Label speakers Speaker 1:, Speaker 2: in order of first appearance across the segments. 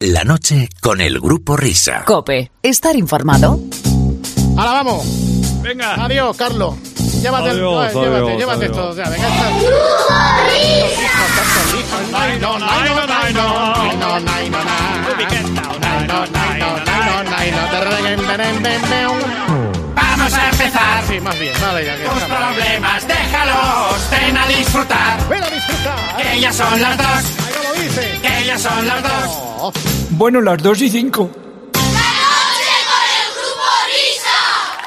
Speaker 1: La noche con el grupo Risa.
Speaker 2: Cope, estar informado.
Speaker 3: Ahora vamos.
Speaker 4: Venga.
Speaker 3: Adiós, Carlos. Llévate, el-
Speaker 4: Adiós,
Speaker 3: llévate,
Speaker 4: adiós,
Speaker 3: llévate
Speaker 4: adiós.
Speaker 3: esto. O sea, venga, esta- Ay, no, ay, no, ay, no, ay, no, ay, no, ay, no.
Speaker 5: Vamos a empezar.
Speaker 3: Sí, más bien, vale, ya que
Speaker 5: Tus
Speaker 3: estamos.
Speaker 5: problemas, déjalos, ven a disfrutar.
Speaker 3: Ven a disfrutar.
Speaker 5: Que ya son las dos,
Speaker 3: Ahí lo dice.
Speaker 5: que ya son las dos.
Speaker 3: Oh,
Speaker 6: Bueno, las 2 y 5.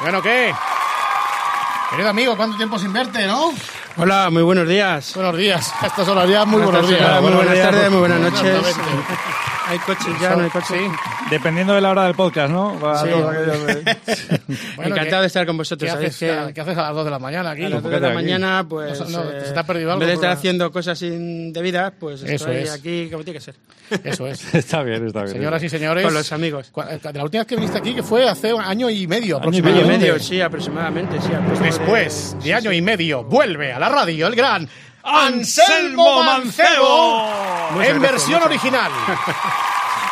Speaker 3: Bueno, ¿qué? Querido amigo, ¿cuánto tiempo sin verte, no?
Speaker 4: Hola, muy buenos días.
Speaker 3: Buenos días. Estas son las días, muy buenos días.
Speaker 4: Hola, muy buenas tardes, muy buenas noches.
Speaker 3: Exactamente.
Speaker 4: ¿Hay coches ya? ¿No hay coches?
Speaker 7: Dependiendo de la hora del podcast, ¿no? Para
Speaker 4: Sí.
Speaker 7: todos aquellos de-
Speaker 3: Bueno,
Speaker 4: Encantado
Speaker 3: ¿qué-
Speaker 4: de estar con vosotros.
Speaker 3: ¿Qué haces,
Speaker 4: Sabéis que
Speaker 3: ¿Qué
Speaker 4: a
Speaker 3: haces a las 2 de la mañana aquí?
Speaker 4: las dos de
Speaker 7: qué
Speaker 4: la
Speaker 7: aquí?
Speaker 4: mañana, pues.
Speaker 3: No, no,
Speaker 4: eh,
Speaker 3: se te ha perdido
Speaker 4: En
Speaker 3: algo,
Speaker 4: vez de estar
Speaker 3: Bruno.
Speaker 4: haciendo cosas indebidas, pues
Speaker 3: Eso
Speaker 4: estoy
Speaker 3: es.
Speaker 4: aquí como tiene que ser.
Speaker 3: Eso es.
Speaker 7: Está bien, está bien.
Speaker 3: Señoras y señores.
Speaker 4: Con los amigos.
Speaker 3: Cu- De la última vez que viniste aquí, que fue hace un año y medio
Speaker 7: Año y
Speaker 4: Medio,
Speaker 3: aproximadamente.
Speaker 4: medio, sí, aproximadamente, sí. aproximadamente.
Speaker 3: Después de año y medio, vuelve a la radio el gran Anselmo Oh, Mancebo
Speaker 4: Muchas
Speaker 3: en
Speaker 4: gracias,
Speaker 3: versión
Speaker 4: muchas.
Speaker 3: original.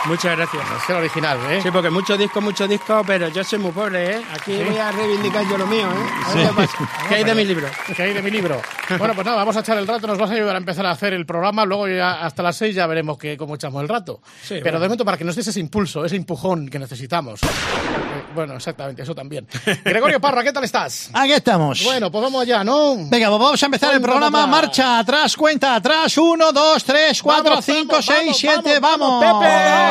Speaker 4: Muchas gracias.
Speaker 3: Versión original, ¿eh?
Speaker 4: Sí, porque mucho disco, mucho disco, pero yo soy muy pobre, ¿eh? Aquí voy a reivindicar yo lo mío, ¿eh? A ver qué pasa. ¿Qué hay de mi libro?
Speaker 3: Que hay de mi libro. Bueno, pues nada, vamos a echar el rato, nos vas a ayudar a empezar a hacer el programa, luego ya hasta las seis ya veremos que, cómo echamos el rato.
Speaker 4: Sí,
Speaker 3: Pero
Speaker 4: bueno.
Speaker 3: de momento, para que nos des ese impulso, ese empujón que necesitamos. Eh, Bueno, exactamente, eso también. Gregorio Parra, ¿qué tal estás?
Speaker 8: Aquí estamos.
Speaker 3: Bueno, pues vamos allá, ¿no?
Speaker 8: Venga, pues vamos a empezar el
Speaker 3: Cuenta
Speaker 8: programa.
Speaker 3: para atrás.
Speaker 8: Marcha atrás, cuenta atrás. 1, 2, 3, 4,
Speaker 3: Vamos,
Speaker 8: 5,
Speaker 3: vamos,
Speaker 8: 6,
Speaker 3: vamos,
Speaker 8: 7,
Speaker 3: vamos,
Speaker 8: vamos.
Speaker 3: Pepe.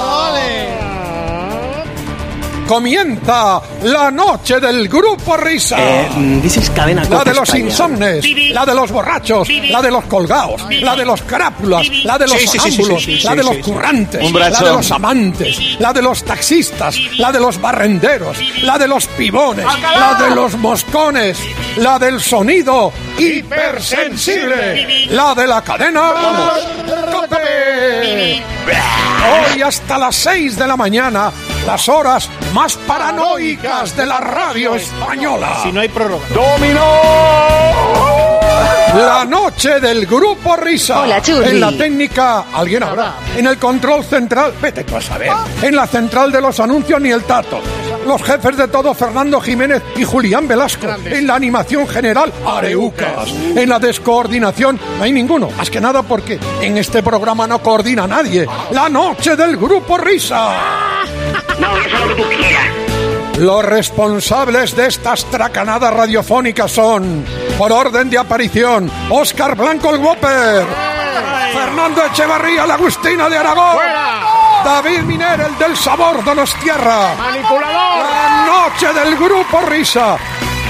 Speaker 8: ¡Ole!
Speaker 9: Comienza la noche del grupo Risa. la de los insomnes, la de los borrachos, la de los colgados, la de los carápulas, la de los sonámbulos, la de los currantes, la de los amantes, la de los taxistas, la de los barrenderos, la de los pibones, la de los moscones, la del sonido hipersensible, la de la cadena. ¡Cócate! Hoy hasta las 6 de la mañana, las horas más paranoicas de la radio española. Si no hay prórroga. ¡Dominó! La noche del grupo Risa.
Speaker 2: Hola, Churri.
Speaker 9: En la técnica, alguien habrá. En el control central, vete tú a saber.
Speaker 2: Ah.
Speaker 9: En la central de los anuncios, ni el tato. Los jefes de todo, Fernando Jiménez y Julián Velasco. En la animación general, Areucas. En la descoordinación, no hay ninguno. Más que nada porque en este programa no coordina nadie. La noche del grupo Risa. Los responsables de estas tracanadas radiofónicas son, por orden de aparición, Óscar Blanco el Whopper, Fernando Echevarría, la Agustina de Aragón, David Miner, el del sabor Donostierra,
Speaker 3: ¡Manipulador!
Speaker 9: la noche del grupo Risa.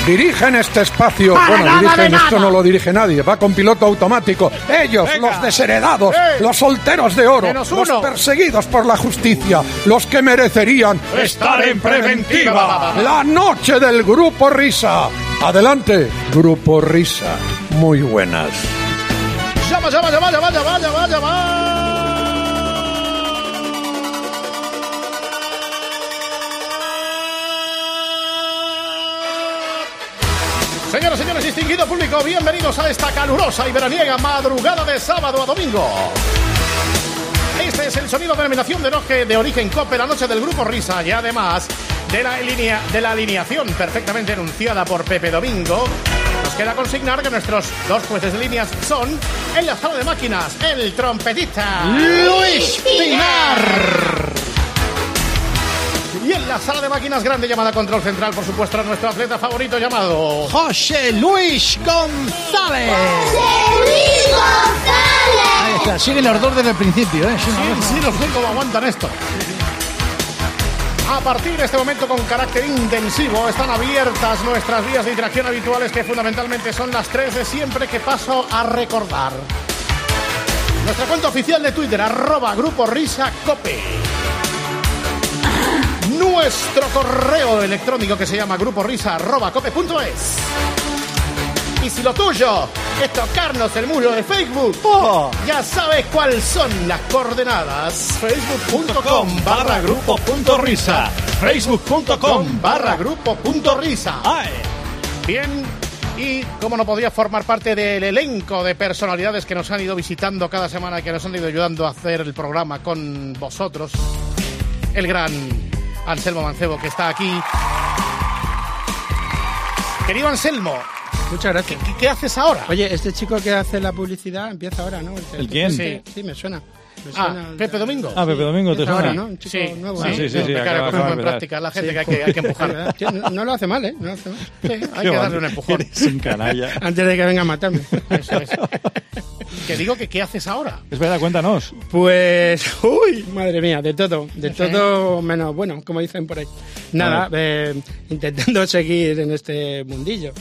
Speaker 9: Dirigen este espacio. bueno, dirigen, esto no lo dirige nadie. Va con piloto automático. Ellos, los desheredados,
Speaker 3: ¡Eh!
Speaker 9: los solteros de oro,
Speaker 3: Menos
Speaker 9: los
Speaker 3: uno.
Speaker 9: perseguidos por la justicia, los que merecerían
Speaker 3: Estar en preventiva.
Speaker 9: La noche del grupo Risa. Adelante, grupo Risa. Muy buenas.
Speaker 3: ¡Llama, llama, llama, llama, llama, llama, llama! Señoras, señores, distinguido público, bienvenidos a esta calurosa y veraniega madrugada de sábado a domingo. Este es el sonido de denominación de, noche de origen COPE, la noche del grupo Risa y además de la, linea, de la alineación perfectamente enunciada por Pepe Domingo. Nos queda consignar que nuestros dos jueces de líneas son en la sala de máquinas, el trompetista Luis Pinar. Y en la sala de máquinas grande llamada Control Central, por supuesto, nuestro atleta favorito llamado...
Speaker 8: José Luis González. Ahí está, siguen los dos desde el principio, ¿eh? Sí,
Speaker 3: Sí, sí, los cinco aguantan esto. A partir de este momento, con carácter intensivo, están abiertas nuestras vías de interacción habituales, que fundamentalmente son las tres de siempre que paso a recordar. Nuestra cuenta oficial de Twitter, arroba Grupo Risa Cope. Nuestro correo electrónico que se llama grupo risa arroba cope.es. Y si lo tuyo es tocarnos el muro de Facebook, ya sabes cuáles son las coordenadas. Facebook.com barra grupo punto risa. Facebook.com barra grupo punto risa. Bien. Y cómo no podría formar parte del elenco de personalidades que nos han ido visitando cada semana, que nos han ido ayudando a hacer el programa con vosotros. El gran Anselmo Mancebo que está aquí. Querido Anselmo,
Speaker 4: Muchas gracias.
Speaker 3: ¿qué- ¿qué haces ahora?
Speaker 4: Oye, este chico que hace la publicidad empieza ahora, ¿no?
Speaker 7: ¿El quién?
Speaker 4: Sí, sí, me suena. Me
Speaker 3: Ah,
Speaker 4: suena-
Speaker 3: Pepe Domingo.
Speaker 7: Ah, Pepe Domingo, ¿te
Speaker 4: Empieza ahora,
Speaker 7: suena?
Speaker 4: ¿no? Un chico nuevo.
Speaker 7: sí,
Speaker 4: ¿no?
Speaker 7: sí, sí,
Speaker 3: Tengo que
Speaker 7: acaba-
Speaker 3: cogerlo
Speaker 7: acaba
Speaker 3: en
Speaker 7: de empezar.
Speaker 3: práctica, la gente que, hay que, hay que empujar.
Speaker 4: Sí, no- No lo hace mal, ¿eh? No lo hace mal.
Speaker 3: Sí, hay que darle un empujón.
Speaker 7: Sin canalla.
Speaker 4: Antes de que venga a matarme.
Speaker 3: Eso es. Que digo que ¿qué haces ahora?
Speaker 7: Es verdad, cuéntanos.
Speaker 4: Pues, uy, madre mía, de todo, de todo menos bueno, como dicen por ahí. Nada, eh, intentando seguir en este mundillo.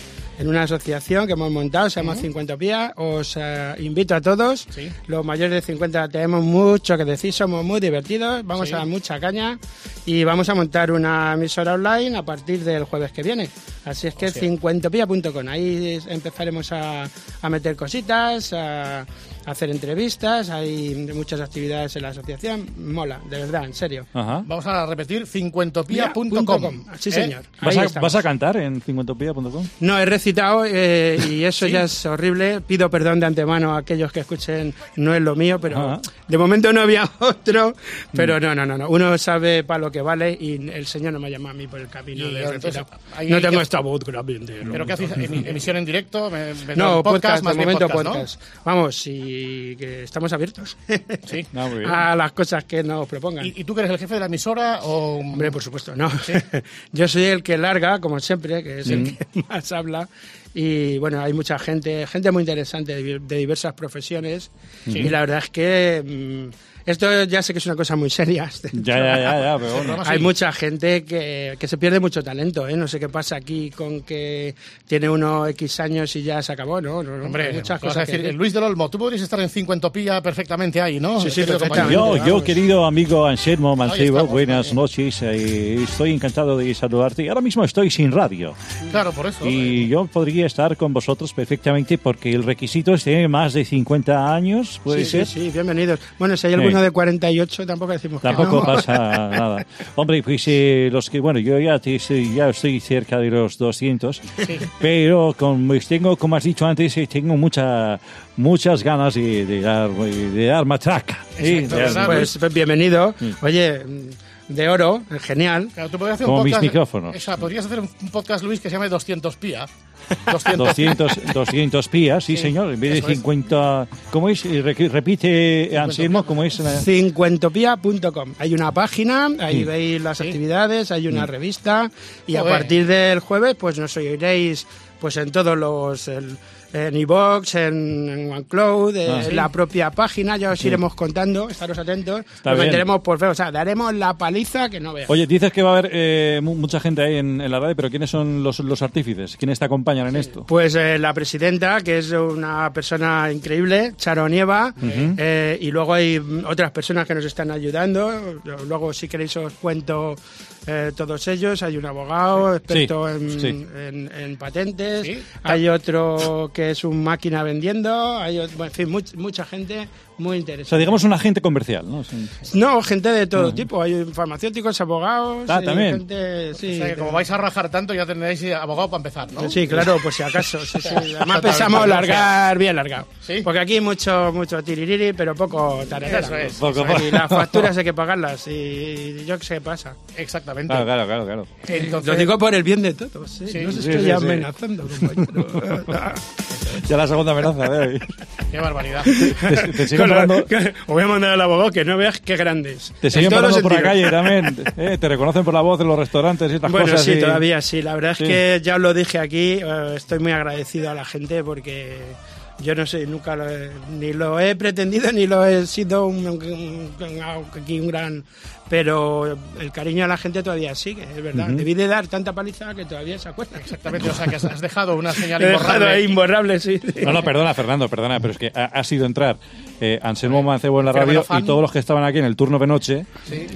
Speaker 4: En una asociación que hemos montado, se llama 50 Pía. Os eh, invito a todos.
Speaker 3: Sí.
Speaker 4: Los mayores de 50 tenemos mucho que decir, somos muy divertidos, vamos
Speaker 3: Sí.
Speaker 4: a dar mucha caña y vamos a montar una emisora online a partir del jueves que viene. Así es que 50pía.com. Ahí es- empezaremos a, a meter cositas, a, hacer entrevistas, hay muchas actividades en la asociación. Mola, de verdad, en serio.
Speaker 7: Ajá.
Speaker 3: Vamos a repetir, cincuentopía.com.
Speaker 4: Pía.com. Sí,
Speaker 3: ¿eh?
Speaker 4: señor.
Speaker 7: ¿Vas
Speaker 4: Ahí
Speaker 7: a,
Speaker 4: estamos.
Speaker 7: vas a cantar en 50pia.com?
Speaker 4: No, he recitado eh, y eso ya es horrible. Pido perdón de antemano a aquellos que escuchen, no es lo mío, pero
Speaker 7: Ah.
Speaker 4: de momento no había otro. Pero no, no, no, no. Uno sabe para lo que vale y el Señor no me ha llamado a mí por el camino.
Speaker 3: Y
Speaker 4: de
Speaker 3: entonces,
Speaker 4: recitar.
Speaker 3: ahí
Speaker 4: no tengo
Speaker 3: ya-
Speaker 4: esta voz grave.
Speaker 3: ¿Pero qué haces? Emi- ¿Emisión en directo? Me- me-
Speaker 4: No, podcast,
Speaker 3: Pues, más
Speaker 4: de
Speaker 3: bien
Speaker 4: momento
Speaker 3: ¿no?
Speaker 4: podcast. Vamos, y que estamos abiertos
Speaker 3: Sí.
Speaker 7: Ah, muy bien.
Speaker 4: a las cosas que nos propongan.
Speaker 3: ¿Y, y tú que eres el jefe de la emisora o...?
Speaker 4: Hombre, por supuesto, no. Yo soy el que larga, como siempre, que es
Speaker 7: Mm.
Speaker 4: el que más habla. Y bueno, hay mucha gente, gente muy interesante de, vi- de diversas profesiones. Y la verdad es que mm, esto ya sé que es una cosa muy seria. este
Speaker 7: Ya, ya, ya, ya, pero bueno.
Speaker 3: programa
Speaker 4: hay
Speaker 3: sí.
Speaker 4: mucha gente que, que se pierde mucho talento, ¿eh? No sé qué pasa aquí con que tiene uno X años y ya se acabó, ¿no, no, no.
Speaker 3: Hombre,
Speaker 4: Hay muchas
Speaker 3: te vas a
Speaker 4: cosas que
Speaker 3: decir, eh,
Speaker 4: decir.
Speaker 3: Luis del Olmo, tú podrías estar en cincuentopía perfectamente ahí, ¿no?
Speaker 4: Sí, sí,
Speaker 3: Querido
Speaker 4: perfectamente.
Speaker 3: compañero.
Speaker 7: Yo, yo,
Speaker 4: vamos.
Speaker 7: querido amigo Anselmo Mancebo,
Speaker 3: estamos,
Speaker 7: buenas
Speaker 3: oye.
Speaker 7: noches. eh, estoy encantado de saludarte. Ahora mismo estoy sin radio
Speaker 3: Claro, por eso.
Speaker 7: y yo podría estar con vosotros perfectamente porque el requisito es tener más de 50 años, puede
Speaker 4: Sí, sí,
Speaker 7: ser.
Speaker 4: sí, bienvenidos. Bueno, si hay alguno
Speaker 7: Sí.
Speaker 4: de 48, tampoco decimos que
Speaker 7: Tampoco
Speaker 4: no.
Speaker 7: pasa nada. Hombre, pues eh, los que, bueno, yo ya, te- ya estoy cerca de los 200, pero como tengo, como has dicho antes, eh, tengo mucha, muchas ganas de, de dar, de dar matraca. ¿eh?
Speaker 3: Exacto,
Speaker 7: De dar-
Speaker 3: ¿verdad?
Speaker 4: Pues pues, bienvenido. Oye, de oro, genial.
Speaker 3: Claro, tú podrías hacer
Speaker 7: Como
Speaker 3: un
Speaker 7: mis
Speaker 3: podcast,
Speaker 7: micrófonos.
Speaker 3: O sea, podrías hacer un un podcast, Luis, que se llame 200 pía. 200 pía.
Speaker 7: 200, 200 pías, sí, señor, en vez de
Speaker 3: eso es.
Speaker 7: 50. ¿Cómo es? Eh, re- Repite, Anselmo, ¿cómo es? la-
Speaker 4: Cincuentopía.com. Hay una página, ahí
Speaker 7: Sí.
Speaker 4: veis las actividades, hay una revista y a
Speaker 3: Joder.
Speaker 4: partir del jueves pues nos oiréis pues en todos los el- en iBox, en, en OneCloud, en
Speaker 7: Ah, sí.
Speaker 4: la propia página, ya os iremos contando, estaros atentos,
Speaker 7: Está
Speaker 4: nos
Speaker 7: bien.
Speaker 4: meteremos por feo, o sea, daremos la paliza que no veas.
Speaker 7: Oye, dices que va a haber eh, mu- mucha gente ahí en, en la radio, pero ¿quiénes son los, los artífices? ¿Quiénes te acompañan en esto?
Speaker 4: Pues eh, la presidenta, que es una persona increíble, Charo Nieva, eh, y luego hay mm, otras personas que nos están ayudando. Luego, si queréis, os cuento eh, todos ellos. Hay un abogado, experto
Speaker 7: Sí,
Speaker 4: en,
Speaker 7: sí.
Speaker 4: en- en patentes,
Speaker 3: Sí.
Speaker 4: hay otro que es un máquina vendiendo, hay ot- bueno, en fin, much- mucha gente muy
Speaker 7: O sea,
Speaker 4: interesante.
Speaker 7: digamos un agente comercial, ¿no? Sí.
Speaker 4: no, gente de todo tipo, hay farmacéuticos, abogados,
Speaker 7: Ah,
Speaker 4: hay
Speaker 7: también.
Speaker 4: gente- sí,
Speaker 3: O sea, que como
Speaker 4: de-
Speaker 3: vais a rajar tanto, ya tendréis eh, abogado para empezar, ¿no?
Speaker 4: Sí, claro, por si acaso. sí, sí. Además
Speaker 3: Totalmente.
Speaker 4: pensamos largar bien largado.
Speaker 3: Sí.
Speaker 4: Porque aquí mucho, mucho tiririri, pero poco taratara.
Speaker 3: Eso es.
Speaker 7: Poco,
Speaker 4: ¿no?
Speaker 7: poco.
Speaker 4: Y las facturas hay que pagarlas y yo qué sé qué pasa.
Speaker 3: Exactamente.
Speaker 7: Claro, claro, claro, claro.
Speaker 3: Entonces,
Speaker 4: Lo digo por el bien de todos. ¿eh?
Speaker 3: Sí,
Speaker 4: no se
Speaker 7: sí,
Speaker 4: estoy
Speaker 7: sí, sí.
Speaker 4: amenazando, compañero.
Speaker 7: Ya la segunda amenaza, ¿eh?
Speaker 3: qué barbaridad.
Speaker 7: Te, te siguen
Speaker 4: Con la-
Speaker 7: parando,
Speaker 4: que- os voy a mandar al abogado que no veas qué grandes.
Speaker 7: te siguen
Speaker 4: En todos los
Speaker 7: parando por la calle
Speaker 4: sentidos.
Speaker 7: también. ¿eh? Te reconocen por la voz en los restaurantes y estas
Speaker 4: Bueno,
Speaker 7: cosas.
Speaker 4: sí,
Speaker 7: y-
Speaker 4: todavía sí. La verdad
Speaker 7: Sí.
Speaker 4: es que ya os lo dije aquí, eh, estoy muy agradecido a la gente porque yo no sé, nunca lo he- ni lo he pretendido ni lo he sido un, un- un- aquí un gran... Pero el cariño a la gente todavía sigue, es verdad. Debí de dar tanta paliza que todavía se acuerdan.
Speaker 3: Exactamente, o sea, que has- has dejado una señal
Speaker 4: Lo he dejado
Speaker 3: imborrable.
Speaker 4: ahí imborrable, sí. sí.
Speaker 7: No, no, perdona, Fernando, perdona, pero es que ha, ha sido entrar eh, Anselmo Mancebo en la
Speaker 3: Fenómeno
Speaker 7: radio
Speaker 3: fan.
Speaker 7: y todos los que estaban aquí en el turno de noche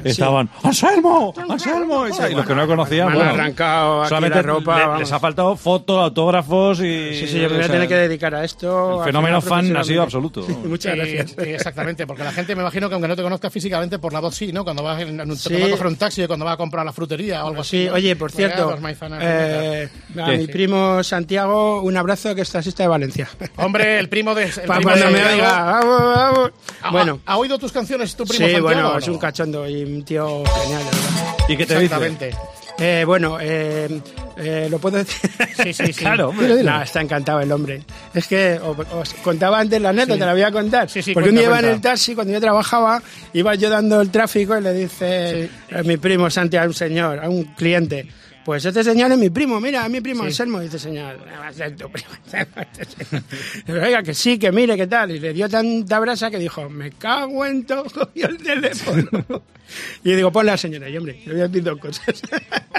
Speaker 7: estaban ¡Anselmo! ¡Anselmo! Y los que no conocían,
Speaker 4: Me han
Speaker 7: bueno,
Speaker 4: arrancado aquí
Speaker 7: solamente
Speaker 4: la ropa,
Speaker 7: le-
Speaker 4: vamos.
Speaker 7: les ha faltado fotos, autógrafos y...
Speaker 4: Sí, sí, yo me voy
Speaker 7: o
Speaker 4: a
Speaker 7: sea,
Speaker 4: tener que dedicar a esto.
Speaker 7: el
Speaker 4: al
Speaker 7: fenómeno
Speaker 4: final
Speaker 7: fan ha sido
Speaker 4: profesionalmente.
Speaker 7: absoluto.
Speaker 4: Sí, muchas gracias.
Speaker 3: Eh, exactamente, porque la gente me imagino que aunque no te conozca físicamente, por la voz sí, ¿no? Cuando vas en, en un,
Speaker 4: Sí.
Speaker 3: cuando vas a coger un taxi o cuando vas a comprar a la frutería o algo así.
Speaker 4: Sí,
Speaker 3: ¿no?
Speaker 4: oye, por
Speaker 3: Regalos,
Speaker 4: cierto,
Speaker 3: maizanas,
Speaker 4: eh, a mi primo Santiago, un abrazo que es taxista de Valencia.
Speaker 3: Hombre, el primo de. el
Speaker 4: Para
Speaker 3: primo
Speaker 4: cuando
Speaker 3: de-
Speaker 4: me oiga, vamos, vamos.
Speaker 3: ¿Ha,
Speaker 4: Bueno,
Speaker 3: ¿Ha oído tus canciones tu primo
Speaker 4: sí,
Speaker 3: Santiago, o
Speaker 4: bueno,
Speaker 3: no?
Speaker 4: es un cachondo y un tío genial, la verdad.
Speaker 7: ¿Y qué te dice?
Speaker 3: Exactamente.
Speaker 4: Eh, bueno, eh, eh, ¿lo puedo decir?
Speaker 3: Sí, sí, sí.
Speaker 7: Claro, hombre.
Speaker 4: Dilo, dilo. No, está encantado el hombre. Es que o- os contaba antes la anécdota, te la voy a contar.
Speaker 3: Sí, sí, cuenta,
Speaker 4: Porque un día iba
Speaker 3: cuenta.
Speaker 4: en el taxi, cuando yo trabajaba, iba yo dando el tráfico y le dice a mi primo Santiago, a un señor, a un cliente, pues este señor es mi primo, mira, es mi primo Anselmo. Dice, Este señor, "No va a ser tu primo Anselmo, este señor". Pero oiga, que sí, que mire, qué tal. Y le dio tanta brasa que dijo, me cago en todo, cogió el teléfono. y yo digo, ponle a la señora, y hombre, le voy a decir dos cosas.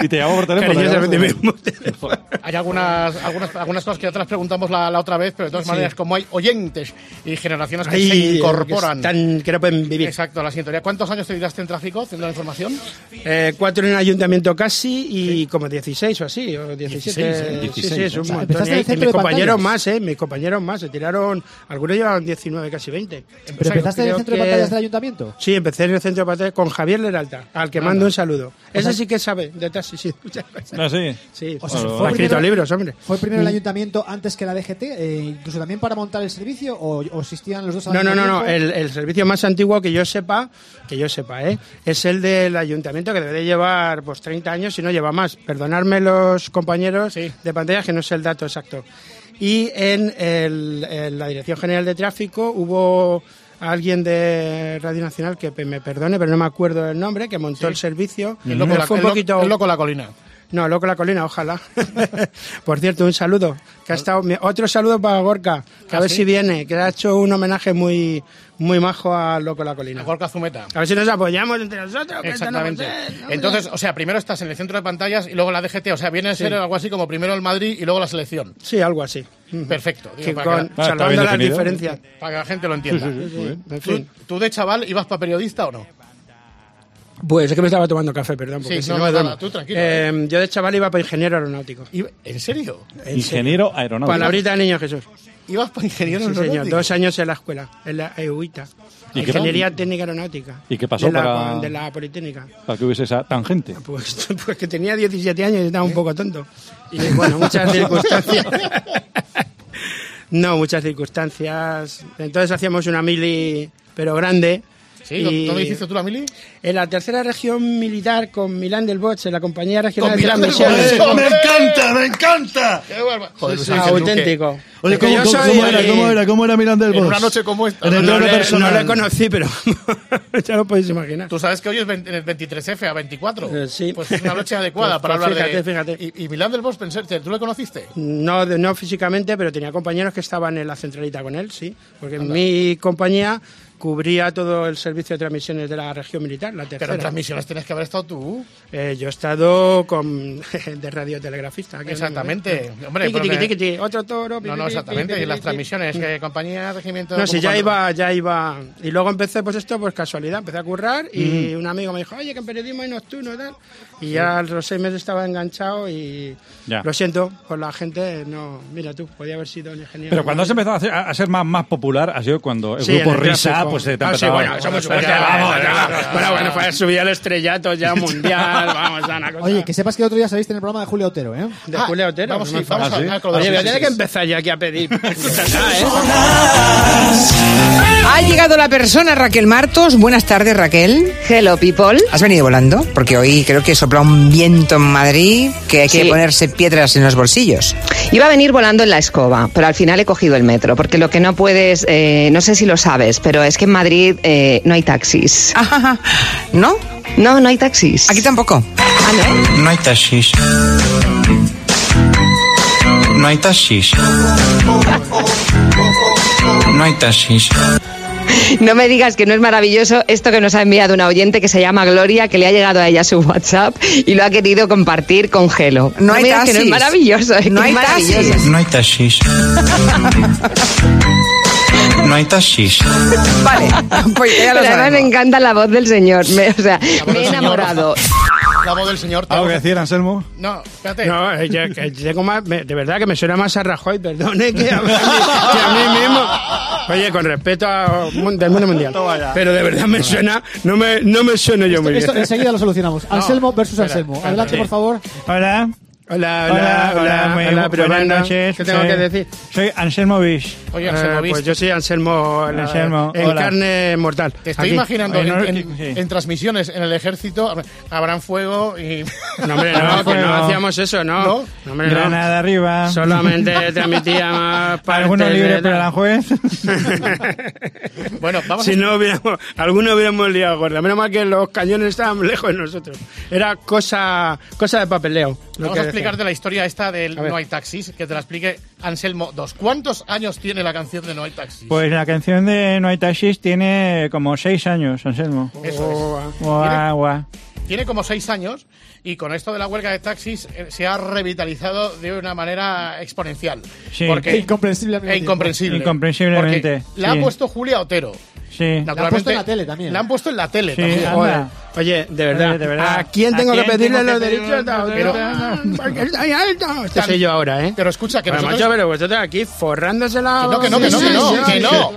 Speaker 7: Y te llamó por teléfono.
Speaker 4: Cariñosamente,
Speaker 7: ¿no?
Speaker 4: mismo teléfono.
Speaker 3: Hay algunas, algunas, algunas cosas que ya te las preguntamos la, la otra vez, pero de todas maneras, como hay oyentes y generaciones que se
Speaker 4: Ahí,
Speaker 3: incorporan.
Speaker 4: eh, que están- que no pueden vivir.
Speaker 3: Exacto, a la sintonía. ¿Cuántos años te tiraste en tráfico, haciendo la información?
Speaker 4: Eh, cuatro en el ayuntamiento casi y como 16 o así, o 17.
Speaker 7: 16,
Speaker 4: sí, sí,
Speaker 7: 16,
Speaker 4: es un
Speaker 7: ¿no?
Speaker 4: montón.
Speaker 8: Empezaste en el
Speaker 4: Y- y
Speaker 8: centro
Speaker 4: mis
Speaker 8: de
Speaker 4: compañeros
Speaker 8: pantallas.
Speaker 4: más, ¿eh? Mis compañeros más. Se tiraron, algunos llevaban 19, casi 20.
Speaker 8: ¿Pero empezaste en el
Speaker 4: creo
Speaker 8: centro de
Speaker 4: que-
Speaker 8: pantallas del ayuntamiento?
Speaker 4: Sí, empecé en el centro de pantallas con Javier Leralta, al que mando un saludo. Ese sí que sabe de taxi, sí, muchas cosas.
Speaker 8: Ah,
Speaker 7: No, sí.
Speaker 4: Ah, Sí,
Speaker 8: O sea,
Speaker 4: Ha
Speaker 8: fue
Speaker 4: escrito
Speaker 8: primero-
Speaker 4: libros, hombre.
Speaker 8: ¿Fue primero
Speaker 4: Mm.
Speaker 8: el ayuntamiento antes que la DGT? eh, ¿Incluso también para montar el servicio? ¿O, o existían los dos al
Speaker 4: No, no,
Speaker 8: mismo
Speaker 4: no, no.
Speaker 8: tiempo?
Speaker 4: El, el servicio más antiguo que yo sepa, que yo sepa, ¿eh? es el del ayuntamiento que debe de llevar pues 30 años si no lleva más. Perdonadme los compañeros de pantalla que no sé el dato exacto. Y en, el- en la Dirección General de Tráfico hubo alguien de Radio Nacional que pe- me perdone, pero no me acuerdo el nombre, que montó el servicio.
Speaker 3: El loco,
Speaker 4: Pero
Speaker 3: la,
Speaker 4: fue un
Speaker 3: el lo-
Speaker 4: poquito-
Speaker 3: el loco la colina.
Speaker 4: no, loco la colina, ojalá. Por cierto, un saludo. Que ha estado, mi- otro saludo para Gorka,
Speaker 3: Ah,
Speaker 4: que a ver si viene, que ha hecho un homenaje muy, muy majo a Loco la
Speaker 3: La
Speaker 4: colina.
Speaker 3: Gorka Zumeta.
Speaker 4: A ver si nos apoyamos entre nosotros. que esto no va a
Speaker 3: Exactamente.
Speaker 4: ser, hombre.
Speaker 3: Entonces, o sea, primero estás en el centro de pantallas y luego la DGT. O sea, viene a ser algo así como primero el Madrid y luego la selección.
Speaker 4: Sí, algo así. Ujú.
Speaker 3: Perfecto. Digo,
Speaker 4: Que
Speaker 3: para,
Speaker 4: con-
Speaker 3: que
Speaker 7: Ah, está bien
Speaker 4: salvando las
Speaker 7: definido.
Speaker 4: diferencias.
Speaker 3: la, para que la gente lo entienda.
Speaker 4: En
Speaker 3: ¿Tú,
Speaker 4: fin.
Speaker 3: tú de chaval ibas para periodista o no?
Speaker 4: Pues es que me estaba tomando café, perdón. Porque
Speaker 3: Sí,
Speaker 4: si
Speaker 3: no,
Speaker 4: no, me
Speaker 3: nada,
Speaker 4: duermo.
Speaker 3: tú tranquilo,
Speaker 4: Eh, Yo de chaval iba para ingeniero aeronáutico.
Speaker 3: Iba- ¿En serio?
Speaker 7: Ingeniero aeronáutico.
Speaker 4: Palabrita de niño Jesús.
Speaker 3: ¿Ibas para ingeniero
Speaker 4: Sí, señor.
Speaker 3: aeronáutico?
Speaker 4: Dos años en la escuela, en la E EUITA.
Speaker 7: ¿Y qué-
Speaker 4: Ingeniería Técnica Aeronáutica.
Speaker 7: ¿Y qué pasó
Speaker 4: de la-
Speaker 7: para-
Speaker 4: de la Politécnica.
Speaker 7: Para que hubiese esa tangente.
Speaker 4: Pues, pues que tenía 17 años y
Speaker 3: ¿Eh?
Speaker 4: estaba un poco tonto. Y bueno, muchas circunstancias. no, muchas circunstancias. Entonces hacíamos una mili, pero grande.
Speaker 3: Sí,
Speaker 4: y
Speaker 3: ¿dónde hiciste tú la mili?
Speaker 4: En la tercera región militar con Milán del Bosch, en la compañía regional
Speaker 3: Con
Speaker 4: de
Speaker 3: Milán del
Speaker 4: Transmisiones.
Speaker 3: Bosch, hombre.
Speaker 5: encanta, me encanta!
Speaker 3: Qué barba- Joder, pues Luis
Speaker 4: Ah,
Speaker 3: Ángel Duque.
Speaker 4: auténtico.
Speaker 5: Oye,
Speaker 4: Es que
Speaker 5: ¿cómo,
Speaker 4: yo
Speaker 5: cómo-
Speaker 4: soy-
Speaker 5: cómo era, ¿cómo era? ¿Cómo era Miranda del
Speaker 3: En
Speaker 5: Bosque?
Speaker 3: una noche como esta.
Speaker 5: En el
Speaker 4: No
Speaker 5: doble
Speaker 4: le, no
Speaker 5: personal.
Speaker 4: le conocí, pero ya lo podéis imaginar.
Speaker 3: Tú sabes que hoy es 20 en el 23F a 24.
Speaker 4: Eh, sí.
Speaker 3: Pues es una noche adecuada
Speaker 4: Pues-
Speaker 3: para
Speaker 4: pues
Speaker 3: hablar
Speaker 4: fíjate,
Speaker 3: de.
Speaker 4: fíjate. Eh,
Speaker 3: Y, y Milán del Bosch, pensé, ¿tú le conociste?
Speaker 4: No, de- no físicamente, pero tenía compañeros que estaban en la centralita con él, sí. Porque mi compañía cubría todo el servicio de transmisiones de la región militar, la
Speaker 3: Pero en
Speaker 4: tercera.
Speaker 3: transmisiones tienes que haber estado tú.
Speaker 4: Eh, yo he estado con, de radiotelegrafista. aquí
Speaker 3: Exactamente.
Speaker 4: andando, ¿eh?
Speaker 3: Hombre,
Speaker 4: Tiqui,
Speaker 3: porque-
Speaker 4: tiqui, tiqui, tiqui, otro toro. pi,
Speaker 3: No, no,
Speaker 4: pi, pi,
Speaker 3: exactamente.
Speaker 4: pi,
Speaker 3: Y en las
Speaker 4: pi, pi.
Speaker 3: transmisiones, que compañía, regimiento.
Speaker 4: No, sí, ya
Speaker 3: ocupando.
Speaker 4: iba, ya iba. Y luego empecé, pues esto, pues casualidad. Empecé a currar y
Speaker 3: Mm.
Speaker 4: un amigo me dijo, oye, que en periodismo hay nocturno, tal. Y ya a los seis meses estaba enganchado y
Speaker 7: Ya.
Speaker 4: lo siento por la gente. No, mira tú, podía haber sido un ingeniero.
Speaker 7: Pero cuando has empezado a, hacer- a ser más, más popular, ha sido cuando el
Speaker 4: Sí,
Speaker 7: grupo
Speaker 4: en el
Speaker 7: Risa
Speaker 4: tráfico.
Speaker 7: pues, se te
Speaker 4: Ah, sí,
Speaker 7: empezaba-
Speaker 4: bueno, somos
Speaker 7: Pero
Speaker 4: fuertes,
Speaker 7: ya,
Speaker 4: vamos,
Speaker 7: ya,
Speaker 4: ya.
Speaker 7: ya.
Speaker 4: Bueno, bueno, para subir al estrellato ya mundial, vamos, a una cosa.
Speaker 8: Oye, que sepas que el otro día saliste en el programa de Julio Otero, ¿eh?
Speaker 4: de
Speaker 3: Ah,
Speaker 4: Julio Otero.
Speaker 3: Vamos,
Speaker 4: no
Speaker 3: sí,
Speaker 4: me
Speaker 3: vamos
Speaker 4: jodas.
Speaker 3: a
Speaker 7: sí.
Speaker 3: hablar con los
Speaker 4: Oye, voy a
Speaker 3: oyentes.
Speaker 4: tener que empezar yo aquí a pedir. ¿eh?
Speaker 10: Ha llegado la persona Raquel Martos. Buenas tardes, Raquel.
Speaker 11: Hello people.
Speaker 10: Has venido volando, porque hoy creo que sopla un viento en Madrid que hay que
Speaker 11: Sí.
Speaker 10: ponerse piedras en los bolsillos.
Speaker 11: Iba a venir volando en la escoba, pero al final he cogido el metro, porque lo que no puedes, eh, no sé si lo sabes, pero es que en Madrid eh, no hay taxis.
Speaker 10: Ajá, ¿No?
Speaker 11: No, no hay taxis.
Speaker 10: Aquí tampoco.
Speaker 11: Ah, ¿no?
Speaker 5: No hay taxis. No hay taxis. No hay taxis.
Speaker 11: No me digas que no es maravilloso esto que nos ha enviado una oyente que se llama Gloria, que le ha llegado a ella su WhatsApp y lo ha querido compartir con Gelo.
Speaker 10: No hay
Speaker 11: me digas que no es
Speaker 10: taxis.
Speaker 11: maravilloso. es
Speaker 10: No
Speaker 11: que
Speaker 10: hay
Speaker 11: es maravilloso.
Speaker 10: taxis.
Speaker 5: No hay taxis. No hay taxis.
Speaker 10: Vale, pues ya lo
Speaker 11: Pero además me
Speaker 10: sabemos.
Speaker 11: encanta la voz del señor. Me- o sea, me he
Speaker 3: señor.
Speaker 11: enamorado.
Speaker 3: La voz del señor.
Speaker 4: ¿Algo que decir,
Speaker 5: Anselmo?
Speaker 3: No, espérate.
Speaker 4: No, eh, yo- que tengo más, me- de verdad que me suena más a Rajoy, perdone, que a, mí, que a mí mismo. Oye, con respeto a, mun- del mundo mundial. Pero de verdad me suena, no me, no me suena yo muy bien.
Speaker 8: Esto enseguida lo solucionamos. Anselmo versus Anselmo. Adelante,
Speaker 4: espera.
Speaker 8: por favor.
Speaker 5: Hola.
Speaker 4: Hola, hola, hola, hola,
Speaker 5: muy bu-
Speaker 4: pero
Speaker 5: buenas
Speaker 4: bueno,
Speaker 5: noches.
Speaker 4: ¿Qué tengo
Speaker 5: Soy-
Speaker 4: que decir?
Speaker 5: Soy Anselmo Vish.
Speaker 3: Oye, Anselmo, ¿viste?
Speaker 4: pues yo soy Anselmo, la-
Speaker 5: Anselmo,
Speaker 4: en
Speaker 5: hola.
Speaker 4: carne mortal.
Speaker 3: Te estoy
Speaker 4: Aquí.
Speaker 3: imaginando
Speaker 5: Oye, no,
Speaker 3: en, en-
Speaker 5: sí.
Speaker 3: en transmisiones en el ejército habrán fuego y.
Speaker 4: No, hombre, no, que no hacíamos eso, no.
Speaker 3: ¿No?
Speaker 4: No, hombre, no.
Speaker 5: Granada arriba.
Speaker 4: Solamente transmitíamos partes
Speaker 5: Algunos
Speaker 4: de
Speaker 5: libres
Speaker 4: la-
Speaker 5: para la juez.
Speaker 3: Bueno, vamos
Speaker 4: Si
Speaker 3: a.
Speaker 4: no hubiéramos, algunos hubiéramos liado gorda. Menos mal que los cañones estaban lejos de nosotros. Era cosa, cosa de papeleo. lo
Speaker 3: Vamos
Speaker 4: que
Speaker 3: a explicarte la historia esta del
Speaker 4: A ver.
Speaker 3: No hay taxis, que te la explique Anselmo Dos. ¿Cuántos años tiene la canción de No hay taxis?
Speaker 5: Pues la canción de No hay taxis tiene como seis años, Anselmo.
Speaker 4: decía.
Speaker 3: Eso es.
Speaker 4: Oh,
Speaker 5: Guau, guau.
Speaker 3: Tiene como seis años y con esto de la huelga de taxis eh, se ha revitalizado de una manera exponencial.
Speaker 5: Sí.
Speaker 8: E incomprensible. al mismo
Speaker 3: E
Speaker 8: tiempo.
Speaker 3: incomprensible.
Speaker 5: Incomprensiblemente,
Speaker 3: Porque la ha
Speaker 5: sí.
Speaker 3: puesto Julia Otero.
Speaker 5: Sí.
Speaker 8: La han puesto en la
Speaker 3: Naturalmente,
Speaker 8: tele también.
Speaker 3: La han puesto en la tele
Speaker 5: Sí,
Speaker 3: también.
Speaker 5: anda.
Speaker 4: Oye, oye, de verdad,
Speaker 5: Oye, de verdad.
Speaker 4: ¿a quién tengo
Speaker 5: ¿A
Speaker 4: que
Speaker 5: quién
Speaker 4: pedirle
Speaker 5: tengo
Speaker 4: los
Speaker 5: que
Speaker 4: derechos?
Speaker 5: pedirle los derechos?
Speaker 4: Pero- Porque estoy alto. Este soy yo ahora, ¿eh?
Speaker 3: Pero escucha que
Speaker 4: Bueno,
Speaker 3: nosotros...
Speaker 4: macho, pero vosotros aquí forrándosela.
Speaker 3: No, que no, que no, que no, que no,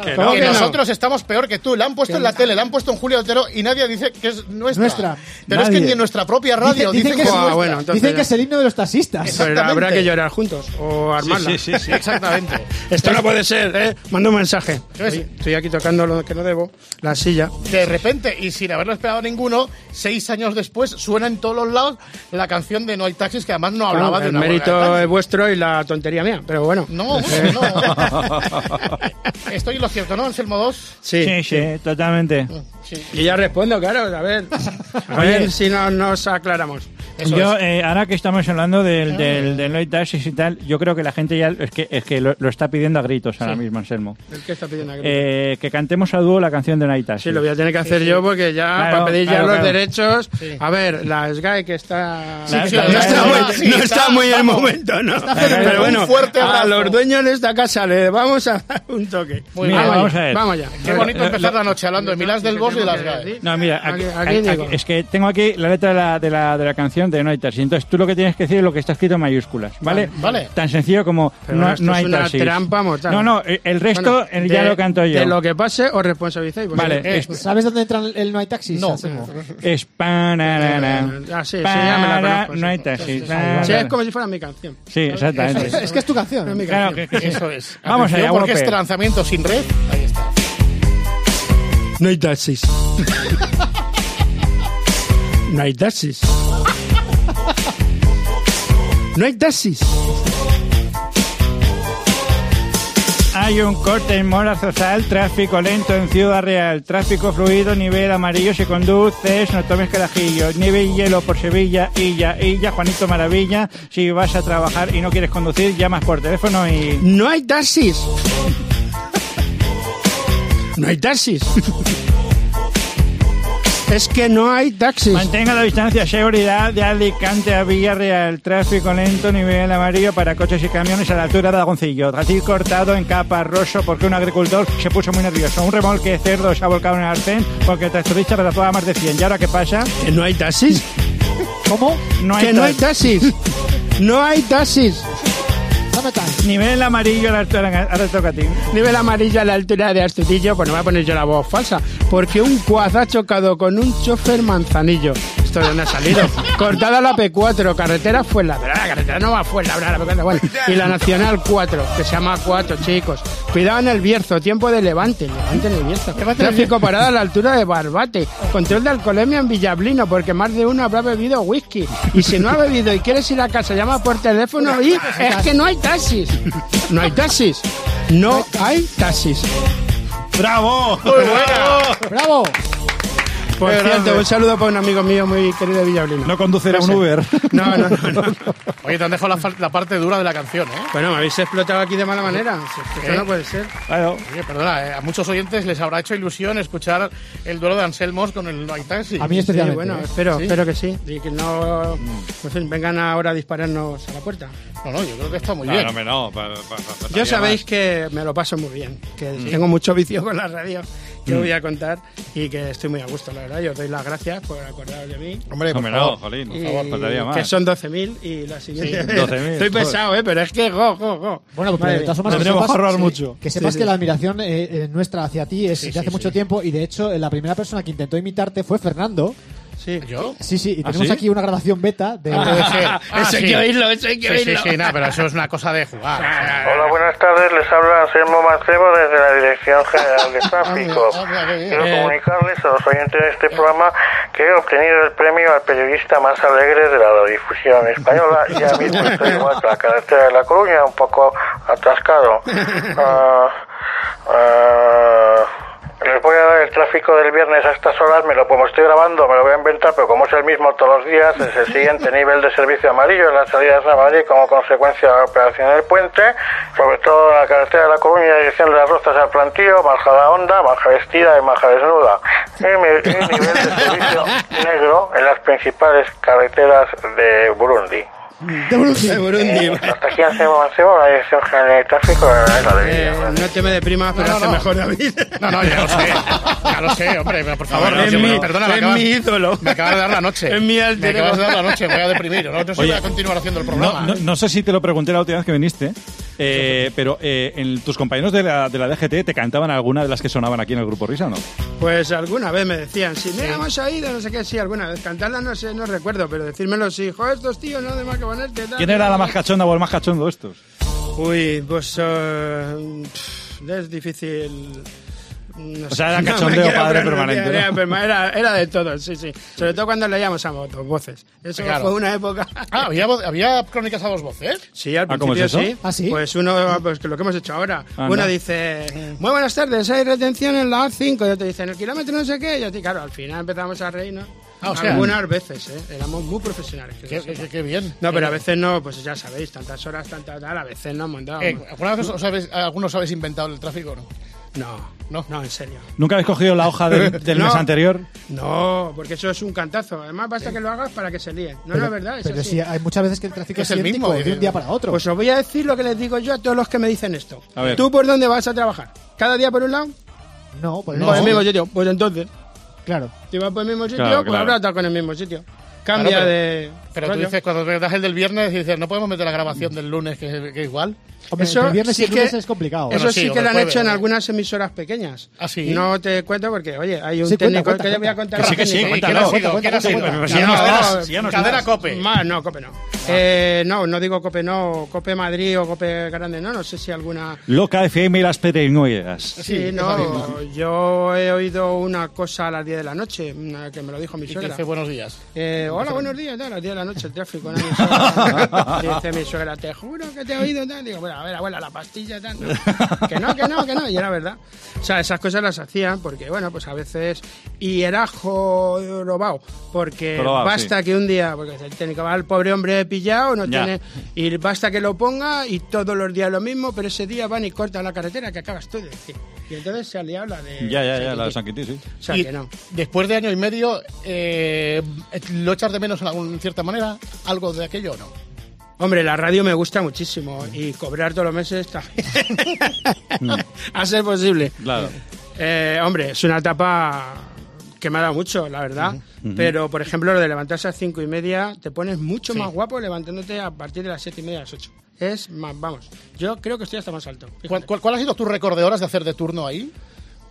Speaker 3: que no,
Speaker 4: que
Speaker 3: que nosotros estamos peor que tú. La han puesto en la tele, la han puesto en Julio Otero y nadie dice que es nuestra.
Speaker 8: Nuestra.
Speaker 3: Pero es que
Speaker 5: Nadie.
Speaker 3: ni en nuestra propia radio dicen,
Speaker 8: Dicen- dicen que es
Speaker 4: Buah,
Speaker 8: nuestra.
Speaker 4: bueno, entonces
Speaker 8: Dicen
Speaker 4: ya.
Speaker 8: que es el himno de los taxistas.
Speaker 4: Pues habrá
Speaker 3: Exactamente.
Speaker 4: que llorar juntos o armarla.
Speaker 3: Exactamente.
Speaker 4: Esto no puede ser, ¿eh? Manda un mensaje.
Speaker 3: ¿Ves?
Speaker 4: Oye, estoy aquí tocando lo que no debo, la silla.
Speaker 3: De repente, y sin haberlo esperado ninguno, seis años después suena en todos los lados la canción de No hay taxis, que además no hablaba
Speaker 4: Bueno,
Speaker 3: de
Speaker 4: el
Speaker 3: una huelga de
Speaker 4: mérito
Speaker 3: taxis.
Speaker 4: es vuestro y la tontería mía, pero bueno.
Speaker 3: No, hombre, no. Estoy en lo cierto, ¿no, Anselmo 2?
Speaker 4: Sí.
Speaker 5: sí, sí, totalmente.
Speaker 3: Sí.
Speaker 4: Y ya respondo, claro, a ver. A ver si no, nos aclaramos.
Speaker 3: Eso
Speaker 5: yo,
Speaker 3: es.
Speaker 5: eh, ahora que estamos hablando del, del, del No hay taxis y tal, yo creo que la gente ya es que, es que lo, lo está pidiendo a gritos ahora mismo, Anselmo.
Speaker 4: ¿El que está pidiendo aquí?
Speaker 5: Eh, que cantemos a dúo la canción de No hay taxis.
Speaker 4: Sí, lo voy a tener que hacer yo porque ya,
Speaker 5: Claro,
Speaker 4: para pedir ya
Speaker 5: claro,
Speaker 4: los
Speaker 5: claro.
Speaker 4: derechos. A ver, la SGAE que está.
Speaker 5: Sí, sí,
Speaker 4: no,
Speaker 5: la
Speaker 4: está
Speaker 5: SGAE,
Speaker 4: muy,
Speaker 3: sí,
Speaker 4: no
Speaker 3: está,
Speaker 4: está muy en el
Speaker 3: vamos.
Speaker 4: momento, ¿no?
Speaker 3: fenomenal.
Speaker 4: Pero
Speaker 3: Un
Speaker 4: bueno,
Speaker 3: fuerte
Speaker 4: a
Speaker 3: abrazo.
Speaker 4: los dueños de esta casa le vamos a dar un toque.
Speaker 3: Muy
Speaker 5: Mira,
Speaker 3: bien.
Speaker 5: vamos a ver.
Speaker 4: Vamos ya.
Speaker 3: Qué bonito empezar la noche hablando de Milán del Bosch y de las GAE.
Speaker 5: No, mira,
Speaker 4: Aquí-
Speaker 5: aquí,
Speaker 4: aquí
Speaker 5: aquí-
Speaker 4: digo.
Speaker 5: es que tengo aquí la letra de la, de la, de la canción de No hay taxis. Entonces tú lo que tienes que decir es lo que está escrito en mayúsculas, ¿vale?
Speaker 3: Vale.
Speaker 5: Tan sencillo como
Speaker 4: Pero
Speaker 5: no,
Speaker 4: esto
Speaker 5: no
Speaker 4: es
Speaker 5: hay
Speaker 4: una
Speaker 5: taxis.
Speaker 4: trampa mortal.
Speaker 5: No, no, el- el resto
Speaker 4: Bueno,
Speaker 5: eh, ya
Speaker 4: de-
Speaker 5: lo canto yo.
Speaker 4: De lo que pase, os responsabilizáis. vosotros.
Speaker 5: Vale,
Speaker 3: Eh,
Speaker 5: es,
Speaker 8: ¿Sabes dónde entra el no hay taxis?
Speaker 3: No.
Speaker 8: Anselmo?
Speaker 5: es panarara,
Speaker 4: Ah, sí, sí, ya me la
Speaker 5: para-
Speaker 4: conozco, sí.
Speaker 5: No hay taxis.
Speaker 4: Sí, es
Speaker 5: tarara.
Speaker 4: como si fuera mi canción.
Speaker 5: Sí, exactamente.
Speaker 8: Es que es tu canción.
Speaker 4: Es mi
Speaker 5: Claro,
Speaker 4: canción.
Speaker 5: que- que-
Speaker 3: Eso es.
Speaker 5: Vamos
Speaker 3: Atención,
Speaker 5: allá,
Speaker 3: Porque
Speaker 5: Whopper.
Speaker 3: este lanzamiento sin red, ahí está.
Speaker 4: No hay taxis. No hay taxis. No hay taxis.
Speaker 5: Hay un corte en Mora Zozal, tráfico lento en Ciudad Real, tráfico fluido, nivel amarillo si conduces, no tomes carajillo, nivel hielo por Sevilla, Illa, Illa, Juanito Maravilla, si vas a trabajar y no quieres conducir, llamas por teléfono y...
Speaker 4: No hay taxis. No hay taxis. Es que no hay taxis.
Speaker 5: Mantenga la distancia, seguridad de Alicante a Villarreal, tráfico lento, nivel amarillo para coches y camiones a la altura de Agoncillo, Ratil cortado en Caparroso porque un agricultor se puso muy nervioso, un remolque de cerdo se ha volcado en el arcén porque el tractorista rebasó a más de 100, ¿y ahora qué pasa?
Speaker 4: Que no hay taxis.
Speaker 8: ¿Cómo?
Speaker 5: No
Speaker 4: Que no hay
Speaker 5: taxi.
Speaker 4: taxis. No hay taxis.
Speaker 8: Summertime.
Speaker 5: Nivel amarillo a la altura, ahora te toca a ti.
Speaker 4: Nivel amarillo a la altura de Astudillo, pues no voy a poner yo la voz falsa, porque un cuaz ha chocado con un chofer manzanillo. Esto de dónde ha salido. Cortada la P4, carretera fue la la carretera no va fue la la P4, bueno. Y la Nacional 4, que se llama 4, chicos. Cuidado en el Bierzo, tiempo de levante, levante en el Bierzo. Tráfico parado a la altura de Barbate. Control de alcoholemia en Villablino, porque más de uno habrá bebido whisky. Y si no ha bebido y quieres ir a casa, llama por teléfono y es que no hay taxis. No hay taxis. No hay taxis.
Speaker 3: Muy buena.
Speaker 8: ¡Bravo!
Speaker 4: Por
Speaker 3: Qué
Speaker 4: cierto,
Speaker 3: grande.
Speaker 4: un saludo para un amigo mío muy querido de Villablino. No
Speaker 5: conducirá
Speaker 3: un
Speaker 5: Uber.
Speaker 4: No, no, no. no.
Speaker 3: Oye, te han dejado la, fal- la parte dura de la canción, ¿eh?
Speaker 4: Bueno, me habéis explotado aquí de mala manera. Eso
Speaker 3: ¿Eh?
Speaker 4: no puede ser.
Speaker 3: Oye, perdona, eh, a muchos oyentes les habrá hecho ilusión escuchar el duelo de Anselmos con el Night Taxi.
Speaker 4: Sí, bueno, espero,
Speaker 3: este Sí.
Speaker 4: espero que ¿eh? sí. Y que no, en fin, vengan ahora a dispararnos a la puerta.
Speaker 3: Mm. No, no, yo creo que está muy
Speaker 12: No,
Speaker 3: bien.
Speaker 12: no, hombre, no, pa- pa- pa- faltaría
Speaker 4: Yo sabéis
Speaker 12: más.
Speaker 4: que me lo paso muy bien, que
Speaker 3: Mm.
Speaker 12: Sí.
Speaker 4: tengo mucho vicio con la radio que
Speaker 12: Mm.
Speaker 4: voy a contar y que estoy muy a gusto, la verdad. Y os doy las gracias por acordaros de mí.
Speaker 12: Hombre, por Hombre, no, favor. jolín, por
Speaker 4: Y
Speaker 12: favor, faltaría más.
Speaker 4: Que son 12.000 y la siguiente.
Speaker 12: 12.000,
Speaker 4: estoy
Speaker 12: joder.
Speaker 4: pesado, ¿eh? Pero es que go, go, go.
Speaker 8: Bueno, pero de todas formas, que sepas- sí, Que sepas
Speaker 4: Sí,
Speaker 8: que
Speaker 4: sí.
Speaker 8: la admiración eh, eh, nuestra hacia ti es de hace mucho tiempo y de hecho eh, la primera persona que intentó imitarte fue Fernando.
Speaker 4: Sí. Ah,
Speaker 3: ¿Yo?
Speaker 8: Sí, sí, y
Speaker 3: ¿Ah,
Speaker 8: tenemos
Speaker 3: sí?
Speaker 8: aquí una grabación beta de...
Speaker 4: Eso hay que oírlo, eso hay que
Speaker 3: Sí,
Speaker 4: oírlo.
Speaker 3: Sí, sí, nada, pero eso es una cosa de jugar.
Speaker 13: Hola, buenas tardes. Les habla Anselmo Mancebo desde la Dirección General de Tráfico. Quiero comunicarles a los oyentes de este programa que he obtenido el premio al periodista más alegre de la radiodifusión española y ahora mismo estoy de vuelta a la carretera de La Coruña, un poco atascado. Ah, ah, les voy a dar el tráfico del viernes a estas horas, me lo, como estoy grabando, me lo voy a inventar, pero como es el mismo todos los días, es el siguiente nivel de servicio amarillo en las salidas a Madrid como consecuencia de la operación del puente, sobre todo en la carretera de La Coruña, dirección de las Rozas al Plantío, Majada Honda, Maja Vestida y Maja Desnuda. Y mi- y nivel de servicio negro en las principales carreteras de Burundi.
Speaker 4: De Burundi.
Speaker 13: Hasta aquí hacemos Mancebo, la Dirección General de Tráfico de la
Speaker 4: Eh, no te me deprimas, pero hace mejor David.
Speaker 3: No, no, ya lo sé. Ya lo sé, hombre, pero por favor.
Speaker 4: Es
Speaker 3: no,
Speaker 4: mi-
Speaker 3: no, perdona, me
Speaker 4: es
Speaker 3: acabas-
Speaker 4: mi ídolo.
Speaker 3: Me acabas de dar la noche.
Speaker 4: Es mi alter
Speaker 3: Me acabas de
Speaker 4: ego.
Speaker 3: dar la noche, me voy a deprimir. No, no sé si
Speaker 12: Oye,
Speaker 3: voy a continuar haciendo el
Speaker 12: No,
Speaker 3: programa.
Speaker 12: no- no sé si te lo pregunté la última vez que viniste, eh, pero eh, en- tus compañeros de la, de la DGT te cantaban alguna de las que sonaban aquí en el grupo Risa, ¿o ¿no?
Speaker 4: Pues alguna vez me decían, si me hemos oído, no sé qué, sí, alguna vez. Cantarla no sé, no recuerdo, pero decírmelo sí. Joder, estos tíos, no, de más que ponerte. tal,
Speaker 12: ¿Quién era
Speaker 4: tal,
Speaker 12: la más cachonda o el más cachondo de estos?
Speaker 4: Uy, pues eh, pff, es difícil. no
Speaker 12: O
Speaker 4: sé.
Speaker 12: sea, era
Speaker 4: No me
Speaker 12: cachondeo
Speaker 4: quiero
Speaker 12: padre
Speaker 4: pronunciar,
Speaker 12: permanente, ¿no?
Speaker 4: Era, perma- era- era de todo, sí, sí. Sobre todo cuando leíamos a motos, voces. Eso
Speaker 3: Claro.
Speaker 4: fue una época.
Speaker 3: Ah, ¿había, vo- había crónicas a dos voces?
Speaker 4: Sí, al
Speaker 3: Ah, ¿cómo
Speaker 4: principio
Speaker 3: es eso?
Speaker 4: sí. Pues uno, pues que lo que hemos hecho ahora.
Speaker 12: Ah,
Speaker 3: Anda.
Speaker 4: Uno dice, muy buenas tardes, hay retención en la A5. Yo te dice, en el kilómetro no sé qué. Y yo te, claro, al final empezamos a reírnos.
Speaker 3: Ah, o sea.
Speaker 4: Algunas veces, ¿eh? Éramos muy profesionales. que
Speaker 3: Qué,
Speaker 4: lo sepa.
Speaker 3: qué- qué bien. Eh,
Speaker 4: No, pero a veces no, pues ya sabéis, tantas horas, tantas tal, a veces no montábamos.
Speaker 3: Eh, ¿Alguna vez os habéis, algunos habéis inventado el tráfico o no?
Speaker 4: No, no, no, en serio.
Speaker 12: ¿Nunca habéis cogido la hoja del, del
Speaker 4: No.
Speaker 12: mes anterior?
Speaker 4: No, porque eso es un cantazo. Además, basta que lo hagas para que se líen. No, no, es verdad. Es
Speaker 8: pero
Speaker 4: así.
Speaker 8: sí, hay muchas veces que el tráfico
Speaker 4: Es
Speaker 8: es,
Speaker 4: el
Speaker 8: idéntico
Speaker 4: mismo,
Speaker 8: de un día para otro.
Speaker 4: Pues os voy a decir lo que les digo yo a todos los que me dicen esto.
Speaker 8: A ver.
Speaker 4: ¿Tú por dónde vas a trabajar? ¿Cada día por un lado?
Speaker 8: No, por el
Speaker 4: Por el
Speaker 8: mismo.
Speaker 4: mismo sitio. Pues entonces,
Speaker 8: Claro.
Speaker 4: si vas por el mismo sitio,
Speaker 3: Claro,
Speaker 4: pues
Speaker 3: claro.
Speaker 4: habrá estado con el mismo sitio. Cambia
Speaker 3: Claro, pero-
Speaker 4: de.
Speaker 3: Pero tú
Speaker 4: rollo.
Speaker 3: dices, cuando te das el del viernes, dices, no podemos meter la grabación del lunes, que, que igual.
Speaker 4: Hombre, Eso entre viernes y sí el lunes que- es
Speaker 8: complicado.
Speaker 4: Eso
Speaker 3: Bueno,
Speaker 4: sí,
Speaker 3: sí,
Speaker 4: que
Speaker 3: hombre,
Speaker 4: lo han
Speaker 3: jueves,
Speaker 4: hecho en
Speaker 3: ¿no?
Speaker 4: algunas emisoras pequeñas.
Speaker 3: ¿Ah, sí?
Speaker 4: No te cuento porque, oye, hay un
Speaker 3: Sí, cuenta,
Speaker 4: técnico
Speaker 3: cuenta,
Speaker 4: que yo
Speaker 3: cuenta.
Speaker 4: voy a contar.
Speaker 3: Que sí,
Speaker 4: ahora
Speaker 3: que sí,
Speaker 4: técnico.
Speaker 3: cuéntalo, Cuenta, cuenta, ¿quién ha cuenta, sido? cuenta, Pero si ya no estás, si ya no Cadena estás. Cope. Ah.
Speaker 4: Más, no, Cope no. Eh, no, no digo Cope no, Cope Madrid o Cope Grande, no, no sé si alguna...
Speaker 12: Loca FM y las peregrinoidas.
Speaker 4: Sí, no, yo he oído una cosa a las 10 de la noche, una que me lo dijo mi
Speaker 3: Y que
Speaker 4: suegra.
Speaker 3: dice, buenos días.
Speaker 4: Eh, hola, buenos días, tal, a las 10 de la noche el tráfico. ¿no? Mi suegra- Dice mi suegra, te juro que te he oído, tal. Digo, bueno, a ver, abuela, la pastilla, tal. No, que no, que no, que no. Y era verdad. O sea, esas cosas las hacían porque, bueno, pues a veces. Y era jorobado, porque
Speaker 12: Jorobado,
Speaker 4: basta
Speaker 12: sí.
Speaker 4: que un día, porque el técnico va al pobre hombre pillado, no
Speaker 12: Ya.
Speaker 4: tiene. Y basta que lo ponga y todos los días lo mismo, pero ese día van y cortan la carretera que acabas tú de decir. Y entonces se ha liado la de.
Speaker 12: Ya, ya, ya, la de San Quintín, sí.
Speaker 4: O sea,
Speaker 3: Y
Speaker 4: que no.
Speaker 3: Después de año y medio, eh, ¿lo echas de menos en alguna en cierta manera? ¿Algo de aquello o no?
Speaker 4: Hombre, la radio me gusta muchísimo y cobrar todos los meses también. a ser posible.
Speaker 12: Claro.
Speaker 4: Eh, hombre, es una etapa que me ha dado mucho, la verdad.
Speaker 12: Ujú.
Speaker 4: Pero, por ejemplo, lo de levantarse a las cinco y media, te pones mucho más guapo levantándote a partir de las siete y media a las ocho. Es más, vamos, yo creo que estoy hasta más alto.
Speaker 3: ¿Cuál, cuál, cuál ha sido tu récord de horas de hacer de turno ahí?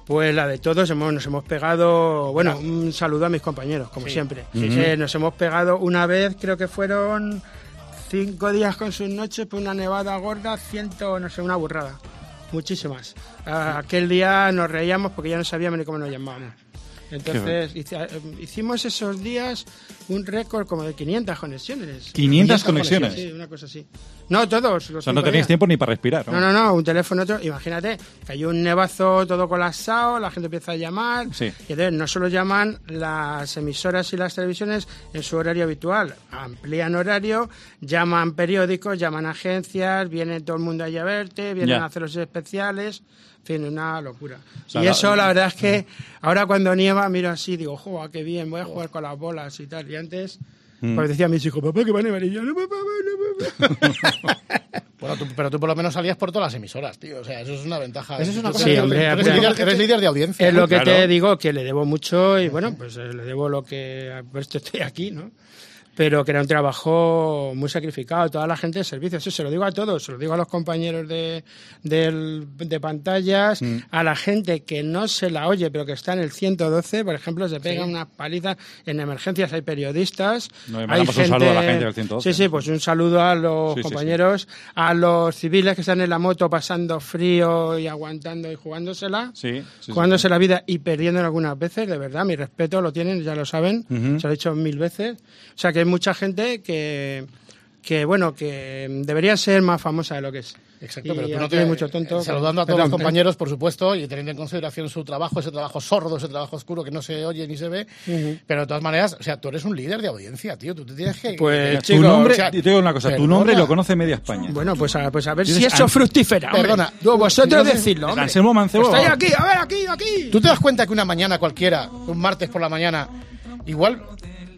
Speaker 4: Pues la de todos hemos, nos hemos pegado, bueno, un saludo a mis compañeros, como
Speaker 3: Sí.
Speaker 4: siempre.
Speaker 3: Sí,
Speaker 4: Eh,
Speaker 3: sí.
Speaker 4: nos hemos pegado una vez, creo que fueron cinco días con sus noches, por una nevada gorda, ciento, no sé, una burrada. Muchísimas. Ah, aquel día nos reíamos porque ya no sabíamos ni cómo nos llamábamos. Entonces hici- eh, hicimos esos días un récord como de 500 conexiones.
Speaker 12: 500 conexiones.
Speaker 4: Sí, una cosa así. No, todos.
Speaker 12: O
Speaker 4: Los
Speaker 12: sea, no
Speaker 4: cinco
Speaker 12: tenéis
Speaker 4: días.
Speaker 12: tiempo ni para respirar.
Speaker 4: No, no, no, un teléfono, otro. Imagínate, cayó un nevazo todo colapsado, la gente empieza a llamar.
Speaker 12: Sí.
Speaker 4: Y entonces no solo llaman las emisoras y las televisiones en su horario habitual, amplían horario, llaman periódicos, llaman agencias, viene todo el mundo allí a verte, vienen
Speaker 12: Ya.
Speaker 4: a hacer los especiales. En fin, una locura.
Speaker 12: O sea,
Speaker 4: y
Speaker 12: la- Mm.
Speaker 4: eso, la verdad es que ahora cuando nieva miro así, digo, joa, qué bien, voy a jugar con las bolas y tal. Y antes,
Speaker 3: Mm.
Speaker 4: pues decía a mis hijos, papá, que van a nevar. Y yo, no, papá,
Speaker 3: Bueno, tú- pero tú por lo menos salías por todas las emisoras, tío. O sea, eso es una ventaja.
Speaker 4: Eso es una
Speaker 3: Tú
Speaker 4: cosa
Speaker 3: eres-
Speaker 4: que- hombre,
Speaker 3: eres
Speaker 4: hombre.
Speaker 3: líder- eres líder de audiencia.
Speaker 4: Es lo que
Speaker 3: Claro.
Speaker 4: te digo, que le debo mucho y bueno, pues eh, le debo lo que por esto estoy aquí, ¿no? Pero que era un trabajo muy sacrificado, toda la gente de servicio, eso se lo digo a todos, se lo digo a los compañeros de, del- de pantallas,
Speaker 14: Mm.
Speaker 4: a la gente que no se la oye, pero que está en el 112, por ejemplo, se pegan
Speaker 14: Sí.
Speaker 4: unas palizas, en emergencias hay periodistas,
Speaker 12: No, y
Speaker 4: hay
Speaker 12: mandamos un saludo a la gente del 112.
Speaker 4: Sí, sí, pues un saludo a los
Speaker 12: Sí, sí, sí.
Speaker 4: compañeros, a los civiles que están en la moto pasando frío y aguantando y jugándosela
Speaker 12: Sí, sí, sí.
Speaker 4: jugándose la vida y perdiendo algunas veces, de verdad, mi respeto lo tienen, ya lo saben,
Speaker 12: Ujú.
Speaker 4: se lo he dicho mil veces. O sea que hay mucha gente que, que bueno, que debería ser más famosa de lo que es.
Speaker 3: Exacto,
Speaker 4: Y
Speaker 3: pero tú no
Speaker 4: aquí
Speaker 3: te-
Speaker 4: hay mucho tonto.
Speaker 3: eh, Saludando a todos
Speaker 4: Perdón.
Speaker 3: los compañeros, por supuesto, y teniendo en consideración su trabajo, ese trabajo sordo, ese trabajo oscuro que no se oye ni se ve.
Speaker 4: Ujú.
Speaker 3: Pero de todas maneras, o sea, tú eres un líder de audiencia, tío. Tú te tienes que. eh,
Speaker 12: Mira,
Speaker 4: Pues,
Speaker 12: tu
Speaker 4: chicos,
Speaker 12: nombre,
Speaker 4: o sea,
Speaker 12: te digo una cosa, tu
Speaker 4: perdona.
Speaker 12: nombre lo conoce media España.
Speaker 4: Bueno, pues a, pues a ver si
Speaker 12: Tienes
Speaker 4: eso
Speaker 12: an-
Speaker 4: fructifera. hombre.
Speaker 3: Perdona,
Speaker 4: Luego vosotros
Speaker 3: entonces,
Speaker 4: decidlo. hombre.
Speaker 12: Anselmo Mancebo.
Speaker 4: Estoy aquí, a ver, aquí, aquí.
Speaker 3: ¿Tú te das cuenta que una mañana cualquiera, un martes por la mañana, igual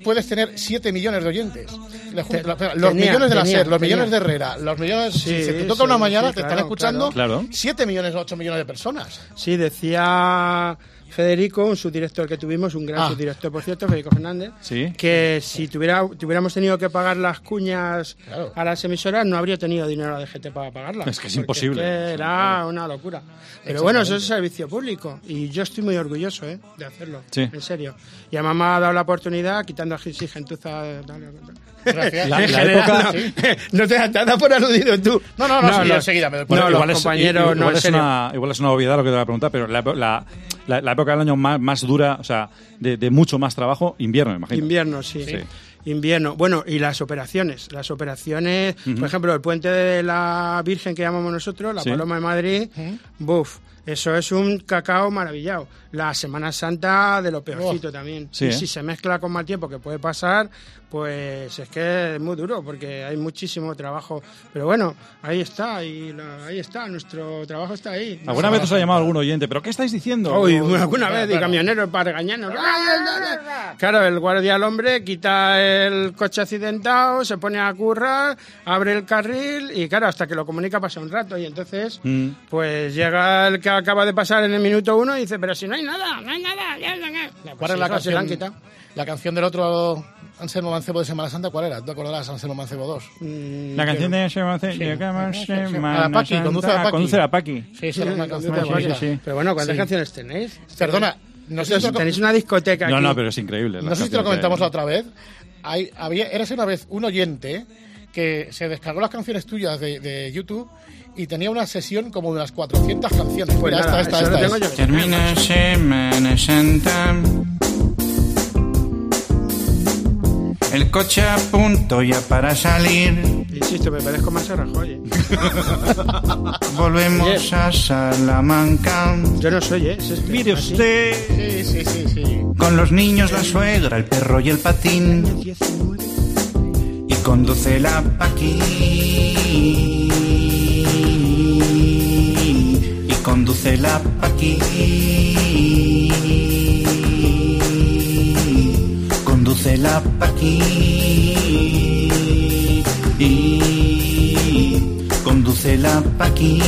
Speaker 3: puedes tener 7 millones de oyentes? Le jun-
Speaker 4: Te-
Speaker 3: la- los
Speaker 4: tenía,
Speaker 3: millones de la
Speaker 4: tenía,
Speaker 3: SER, los
Speaker 4: tenía.
Speaker 3: millones de Herrera, los millones.
Speaker 4: Sí,
Speaker 3: si se te toca
Speaker 4: sí,
Speaker 3: una mañana,
Speaker 4: sí,
Speaker 3: te
Speaker 4: claro,
Speaker 3: están escuchando
Speaker 4: claro.
Speaker 3: 7 millones, 8 millones de personas.
Speaker 4: Sí, decía Federico, un subdirector que tuvimos, un gran
Speaker 3: Ah.
Speaker 4: subdirector, por cierto, Federico Fernández,
Speaker 12: Sí.
Speaker 4: que si tuviera, tuviéramos tenido que pagar las cuñas a las emisoras, no habría tenido dinero la DGT para pagarlas.
Speaker 12: Es que es
Speaker 4: Porque
Speaker 12: imposible.
Speaker 4: que era una locura. Pero bueno, eso es servicio público y yo estoy muy orgulloso ¿eh? de hacerlo,
Speaker 12: Sí.
Speaker 4: en serio. Y a mamá ha dado la oportunidad, quitando eh, a Gis y Gentuza... dale, dale.
Speaker 3: Gracias. La-
Speaker 4: En
Speaker 3: la
Speaker 4: general,
Speaker 3: época-
Speaker 4: no,
Speaker 3: sí.
Speaker 4: no te has dado por aludido tú.
Speaker 3: No, no, no, sí, enseguida me doy
Speaker 4: No,
Speaker 3: cuenta.
Speaker 4: los
Speaker 3: Igual es-
Speaker 4: compañeros,
Speaker 12: igual
Speaker 4: no, en
Speaker 12: es
Speaker 4: serio.
Speaker 12: una, igual es una obviedad lo que te voy a preguntar, pero la, la- la- la época del año más, más dura, o sea, de, de mucho más trabajo, invierno, me imagino.
Speaker 4: Invierno, sí.
Speaker 12: Sí.
Speaker 4: Invierno. Bueno, y las operaciones. Las operaciones,
Speaker 12: Ujú.
Speaker 4: por ejemplo, el puente de la Virgen que llamamos nosotros, la
Speaker 12: Sí.
Speaker 4: Paloma de Madrid, buf. Eso es un cacao maravillado. La Semana Santa de lo peorcito también.
Speaker 12: Sí,
Speaker 4: y
Speaker 12: ¿eh?
Speaker 4: si se mezcla con mal tiempo que puede pasar, pues es que es muy duro porque hay muchísimo trabajo. Pero bueno, ahí está, y la- ahí está, nuestro trabajo está ahí.
Speaker 12: ¿Alguna vez os ha llamado algún oyente? ¿Pero qué estáis diciendo?
Speaker 4: Uy, alguna vez, y
Speaker 12: Claro.
Speaker 4: camioneros para regañarnos.
Speaker 3: Ah,
Speaker 4: Claro, el guardia al hombre quita el coche accidentado, se pone a currar, abre el carril y claro, hasta que lo comunica pasa un rato y entonces
Speaker 12: Mm.
Speaker 4: pues llega el que acaba de pasar en el minuto uno y dice, pero si no hay nada, no hay nada. ya, ya, ya".
Speaker 3: ¿Cuál
Speaker 4: Sí,
Speaker 3: es la
Speaker 4: eso, se la
Speaker 3: canción?
Speaker 4: han quitado.
Speaker 3: La canción del otro Anselmo Mancebo de Semana Santa, ¿cuál era? ¿Tú ¿Te acordarás Anselmo Mancebo 2?
Speaker 4: Mm,
Speaker 12: La canción de Shema Hace-
Speaker 3: Sí.
Speaker 12: Llegamos
Speaker 3: Sí.
Speaker 12: Semana
Speaker 3: A Ah, la Paqui, conduce a la
Speaker 12: Santa.
Speaker 3: Paqui.
Speaker 12: Conduce a la Paqui.
Speaker 3: Sí, sí, era una canción
Speaker 12: Sí, sí,
Speaker 3: bonita.
Speaker 12: sí.
Speaker 4: Pero bueno, ¿cuántas
Speaker 3: Sí.
Speaker 4: canciones tenéis?
Speaker 3: Perdona, no sé si
Speaker 4: Entonces,
Speaker 3: te-
Speaker 4: tenéis una discoteca
Speaker 12: No,
Speaker 4: aquí.
Speaker 12: no, pero es increíble. la
Speaker 3: No sé si te lo
Speaker 12: canción
Speaker 3: comentamos
Speaker 12: que
Speaker 3: la otra vez. Hay, había, érase una vez un oyente que se descargó las canciones tuyas de, de YouTube y tenía una sesión como de unas 400 canciones.
Speaker 4: Pues
Speaker 3: Mira,
Speaker 4: nada,
Speaker 3: esta,
Speaker 4: eso
Speaker 3: esta,
Speaker 4: lo
Speaker 3: esta.
Speaker 4: tengo
Speaker 3: es.
Speaker 4: yo.
Speaker 5: Termina Semana Santa. El coche a punto ya para salir.
Speaker 4: Insisto, me parezco más a Rajoy. ¿eh?
Speaker 5: Volvemos a Salamanca.
Speaker 4: Yo no soy, ¿eh? Es este,
Speaker 5: Mire
Speaker 4: así.
Speaker 5: usted.
Speaker 3: Sí, sí, sí, sí.
Speaker 5: Con los niños, la suegra, el perro y el patín. Y conduce la paqui. Y conduce la paqui. Conduce la paqui. Conduce la paqui.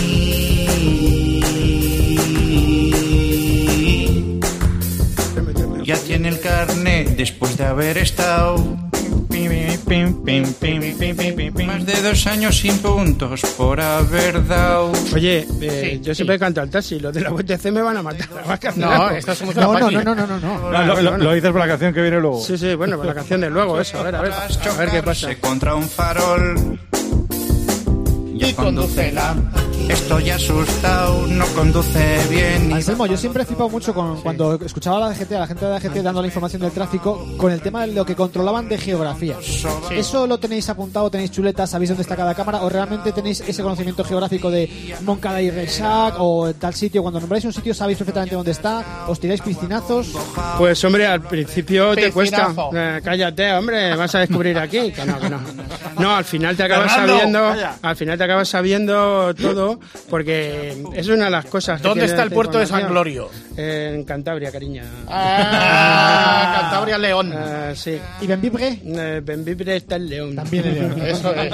Speaker 5: Ya tiene el carnet después de haber estado más de dos años sin puntos por haber dado.
Speaker 4: Oye, eh,
Speaker 5: Sí,
Speaker 4: yo siempre canto al taxi, los de la VTC me van a matar. Más que hacer
Speaker 3: No,
Speaker 4: algo.
Speaker 3: esta es una
Speaker 8: No, no,
Speaker 3: paqui.
Speaker 8: no, no, no, no. no.
Speaker 12: No, lo, lo- lo dices por la canción que viene luego.
Speaker 4: Sí, sí, bueno, pues la canción de luego, eso, a ver, a ver, a ver qué pasa.
Speaker 5: contra un farol.
Speaker 14: ya condúcela. Estoy asustado, no conduce bien.
Speaker 8: Anselmo, yo siempre he flipado mucho con, cuando escuchaba a la DGT, a la gente de la DGT dando la información del tráfico, con el tema de lo que controlaban de geografía. ¿Eso lo tenéis apuntado, tenéis chuletas, sabéis dónde está cada cámara, o realmente tenéis ese conocimiento geográfico de Moncada y Reisac, o tal sitio? Cuando nombráis un sitio, sabéis perfectamente dónde está, os tiráis piscinazos.
Speaker 4: Pues hombre, al principio te cuesta.
Speaker 8: Piscinazo.
Speaker 4: Eh, cállate, hombre, vas a descubrir aquí. Que no, que no. No, al final te acabas
Speaker 3: Fernando,
Speaker 4: sabiendo,
Speaker 3: calla.
Speaker 4: al final te acabas sabiendo todo, porque es una de las cosas. que
Speaker 3: ¿Dónde
Speaker 4: tiene
Speaker 3: está el
Speaker 4: esta
Speaker 3: puerto de San
Speaker 4: información. En Cantabria, cariña.
Speaker 3: Ah, Cantabria León.
Speaker 4: Ah, sí. Eh,
Speaker 8: ¿Y Benvibre?
Speaker 4: Benvibre está en León.
Speaker 8: También en León.
Speaker 3: Eso es.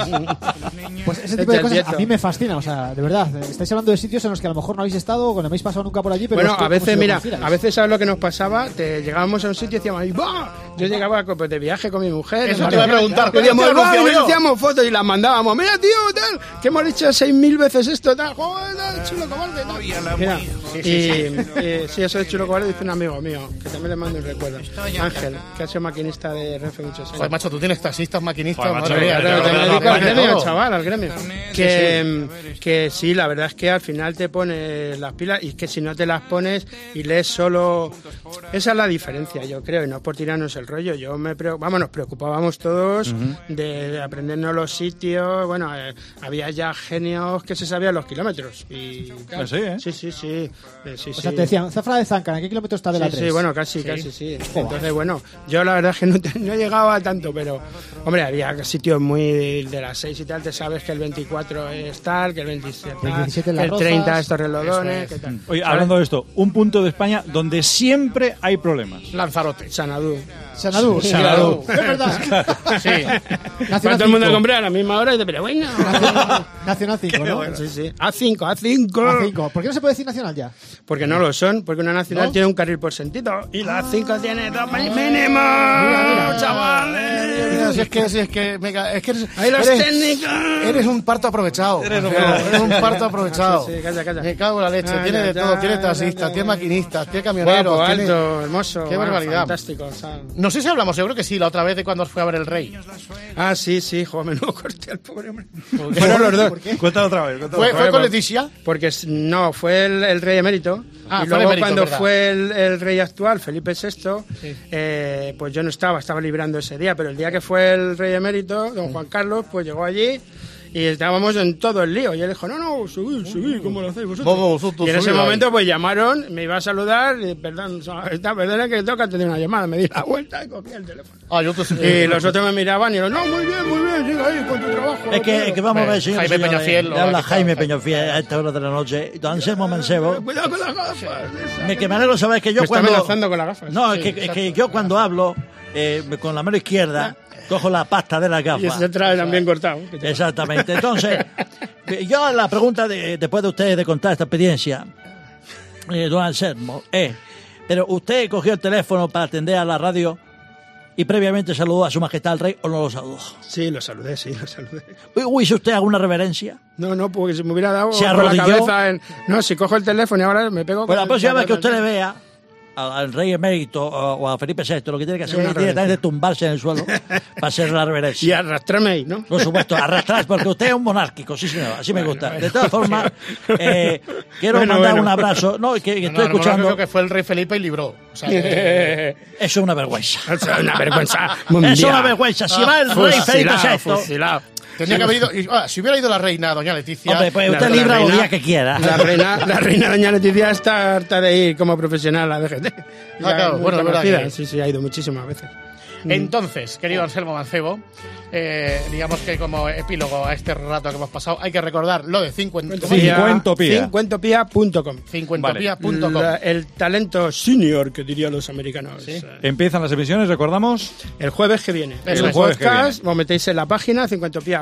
Speaker 8: Pues ese tipo de cosas a mí me fascina, o sea, de verdad. Estáis hablando de sitios en los que a lo mejor no habéis estado o no habéis pasado nunca por allí, pero.
Speaker 4: bueno,
Speaker 8: es que
Speaker 4: a
Speaker 8: como si
Speaker 4: veces,
Speaker 8: lo
Speaker 4: mira, ah,
Speaker 8: conocierais.
Speaker 4: a veces sabes lo que nos pasaba, te llegábamos a un sitio y decíamos, "Ay, ¡buah!". yo llegaba co- pues, de viaje con mi mujer,
Speaker 3: Eso
Speaker 4: nos
Speaker 3: te iba a
Speaker 4: mandábamos-
Speaker 3: preguntar,
Speaker 4: y decíamos,
Speaker 3: ¿qué te
Speaker 4: "Buah!",
Speaker 3: anuncio
Speaker 4: y
Speaker 3: yo?
Speaker 4: hacíamos fotos y las mandábamos, mira tío, tal, que hemos dicho seis mil veces esto, tal, joder, tal, chulo cobarde, tal. Mira,
Speaker 3: Sí, sí,
Speaker 4: y,
Speaker 3: sí.
Speaker 4: y sí, eso de chulo cobarde dice un amigo mío, que también le mando un recuerdo, Ángel, que ha sido maquinista de Renfe muchos años.
Speaker 3: Joder, macho, tú tienes taxistas, maquinistas,
Speaker 4: Joder, macho,
Speaker 3: madre mía,
Speaker 4: que
Speaker 3: te-
Speaker 4: te-
Speaker 3: te-
Speaker 4: te-
Speaker 3: te-
Speaker 4: te-
Speaker 3: te-
Speaker 4: al
Speaker 3: te-
Speaker 4: gremio,
Speaker 3: todo.
Speaker 4: chaval, al gremio. Que, mm, que sí, la verdad es que al final te pones las pilas y que si no te las pones y lees solo... Esa es la diferencia, yo creo, y no por tirarnos el rollo. Yo me preo- Vamos, nos preocupábamos todos
Speaker 15: Ujú.
Speaker 4: de, de aprendernos los sitios. Bueno, eh, había ya genios que se sabían los kilómetros. Y, tal.
Speaker 12: Ah, sí, ¿eh?
Speaker 4: Sí, sí, sí. Eh, sí,
Speaker 8: O sea,
Speaker 4: sí.
Speaker 8: te decían, Zafra de Zancana, ¿a qué kilómetro está de la
Speaker 4: Sí,
Speaker 8: 3?
Speaker 4: sí, bueno, casi, casi, sí. Entonces, bueno, yo la verdad es que no, te- no llegaba a tanto, pero, hombre, había sitios muy de, de las 6 y tal, te sabes que el 24 es tal, que el 27
Speaker 16: Ah,
Speaker 8: El 17
Speaker 4: tal,
Speaker 8: Las
Speaker 4: el 30
Speaker 8: Rozas.
Speaker 4: es Torrelodones,
Speaker 8: Eso
Speaker 4: que tal.
Speaker 12: Oye,
Speaker 4: ¿Sabes?
Speaker 12: hablando de esto, un punto de España donde siempre hay problemas.
Speaker 3: Lanzarote.
Speaker 4: Sanadú.
Speaker 8: Sanadú, sí,
Speaker 12: Sanadú.
Speaker 8: Es verdad.
Speaker 4: Sí. Va
Speaker 8: Nacional
Speaker 4: todo el mundo a
Speaker 8: cinco.
Speaker 4: comprar a la misma hora y te pero bueno.
Speaker 8: Nacional 5, ¿no?
Speaker 4: Sí, sí. A5, A5.
Speaker 8: A5. Oh, ¿Por qué no se puede decir nacional ya?
Speaker 4: Porque no lo son, porque una nacional
Speaker 8: ¿No?
Speaker 4: tiene un carril por sentido y la A5 tiene dos mínimos, chavales.
Speaker 3: Si es que, si es que, venga, es que eres,
Speaker 4: Ahí los
Speaker 3: eres-
Speaker 4: técnicos.
Speaker 3: eres un parto aprovechado. Eres
Speaker 4: un-
Speaker 3: un parto aprovechado.
Speaker 4: Sí, sí, calla, calla.
Speaker 3: Me cago en la leche.
Speaker 4: Ah,
Speaker 3: tiene
Speaker 4: ya,
Speaker 3: de
Speaker 4: ya,
Speaker 3: todo. Tiene
Speaker 4: ya,
Speaker 3: taxistas,
Speaker 4: ya,
Speaker 3: tiene maquinistas, tiene camioneros.
Speaker 4: Guapo,
Speaker 3: tiene-
Speaker 4: alto, hermoso.
Speaker 3: Qué
Speaker 4: bueno,
Speaker 3: barbaridad.
Speaker 4: Fantástico. o sea.
Speaker 3: No sé si hablamos, seguro que sí, la otra vez de cuando fue a ver el rey.
Speaker 4: Ah, sí, sí, joder, menudo corte al pobre hombre.
Speaker 3: qué?
Speaker 4: Fueron los dos.
Speaker 3: ¿Por qué?
Speaker 12: Cuéntalo otra vez.
Speaker 3: ¿Fue- fue con Leticia?
Speaker 4: Porque s- no, fue el, el rey emérito.
Speaker 3: Ah, fue
Speaker 4: y
Speaker 3: el
Speaker 4: luego
Speaker 3: emérito,
Speaker 4: cuando
Speaker 3: verdad.
Speaker 4: fue el, el rey actual, Felipe VI,
Speaker 3: Sí.
Speaker 4: eh, pues yo no estaba, estaba librando ese día, pero el día que fue el rey emérito, don Juan Carlos, pues llegó allí y estábamos en todo el lío. Y él dijo, no, no, subid, subid, ¿cómo lo hacéis vosotros?
Speaker 3: Vamos vosotros,
Speaker 4: y en ese
Speaker 3: subid ahí.
Speaker 4: momento pues llamaron, me iba a saludar, y, perdón, so- está- perdona que toca tener una llamada, me di la vuelta y cogí el teléfono.
Speaker 3: Ah, yo te-
Speaker 4: Y los otros me miraban y yo, no, muy bien, muy bien, sigue ahí con tu trabajo.
Speaker 16: Es que, es que vamos a ver,
Speaker 4: Eh,
Speaker 16: señor.
Speaker 4: Jaime Peñafiel,
Speaker 16: Le habla Jaime Peñafiel a esta hora de la noche. Don Anselmo Mancebo.
Speaker 4: Cuidado con las gafas.
Speaker 16: Me que lo sabes que yo
Speaker 4: Me está
Speaker 16: cuando.
Speaker 4: amenazando con las gafas.
Speaker 16: No, es
Speaker 4: Sí,
Speaker 16: que, es que yo cuando hablo eh, con la mano izquierda cojo la pasta de las
Speaker 4: Y
Speaker 16: gafas.
Speaker 4: ese trae también cortado.
Speaker 16: Exactamente. Entonces, eh, yo la pregunta de- después de ustedes de contar esta experiencia, eh, don Anselmo, es, pero usted cogió el teléfono para atender a la radio y previamente saludó a su majestad el rey o no lo saludó.
Speaker 4: Sí, lo saludé, sí, lo saludé.
Speaker 16: Uy, uy, ¿hizo usted alguna reverencia?
Speaker 4: No, no, porque si me hubiera dado
Speaker 16: ¿Se
Speaker 4: con la
Speaker 16: arrodilló?
Speaker 4: cabeza en... No, si cojo el teléfono y ahora me pego...
Speaker 16: Pues la
Speaker 4: con-
Speaker 16: próxima vez que usted le vea al, al rey emérito o, o a Felipe VI, lo que tiene que hacer
Speaker 4: Una
Speaker 16: es directamente tumbarse en el suelo para hacer la reverencia.
Speaker 4: Y arrastrarme ahí, ¿no?
Speaker 16: Por supuesto, arrastrar, porque usted es un monárquico, sí señor, así me gusta. De todas formas, eh, quiero
Speaker 3: Bueno,
Speaker 16: mandar
Speaker 3: bueno.
Speaker 16: un abrazo. No, que, que
Speaker 3: No,
Speaker 16: estoy
Speaker 3: no, no,
Speaker 16: escuchando.
Speaker 3: creo que fue el rey Felipe y libró. O sea, que-
Speaker 16: Eso es una vergüenza.
Speaker 4: Es una vergüenza
Speaker 16: Es
Speaker 3: mundial. Ah,
Speaker 16: una Ah, vergüenza. Si va el rey Felipe
Speaker 3: Fusilado,
Speaker 16: VI.
Speaker 3: fusilado. Tendría que haber ido. y, ah, si hubiera ido la reina, doña Leticia.
Speaker 16: Hombre, pues usted
Speaker 4: La- la
Speaker 16: libra los
Speaker 4: reina-
Speaker 16: días que quiera.
Speaker 4: La reina, la reina doña Leticia está harta de ir como profesional a DGT.
Speaker 3: Ah, claro,
Speaker 4: muy
Speaker 3: bueno, es verdad
Speaker 4: conocida.
Speaker 3: que-
Speaker 4: Sí, sí, ha ido muchísimas veces.
Speaker 3: Entonces, querido Anselmo Mancebo, eh, digamos que como epílogo a este rato que hemos pasado, hay que recordar lo de 50
Speaker 4: Cincuentopía. Cincuentopía.com.
Speaker 3: Cincuentopía.com.
Speaker 4: La- El talento senior que dirían los americanos.
Speaker 12: Empiezan las emisiones, recordamos.
Speaker 4: El jueves que viene.
Speaker 12: El
Speaker 4: el
Speaker 12: jueves que
Speaker 4: podcast, os metéis en la página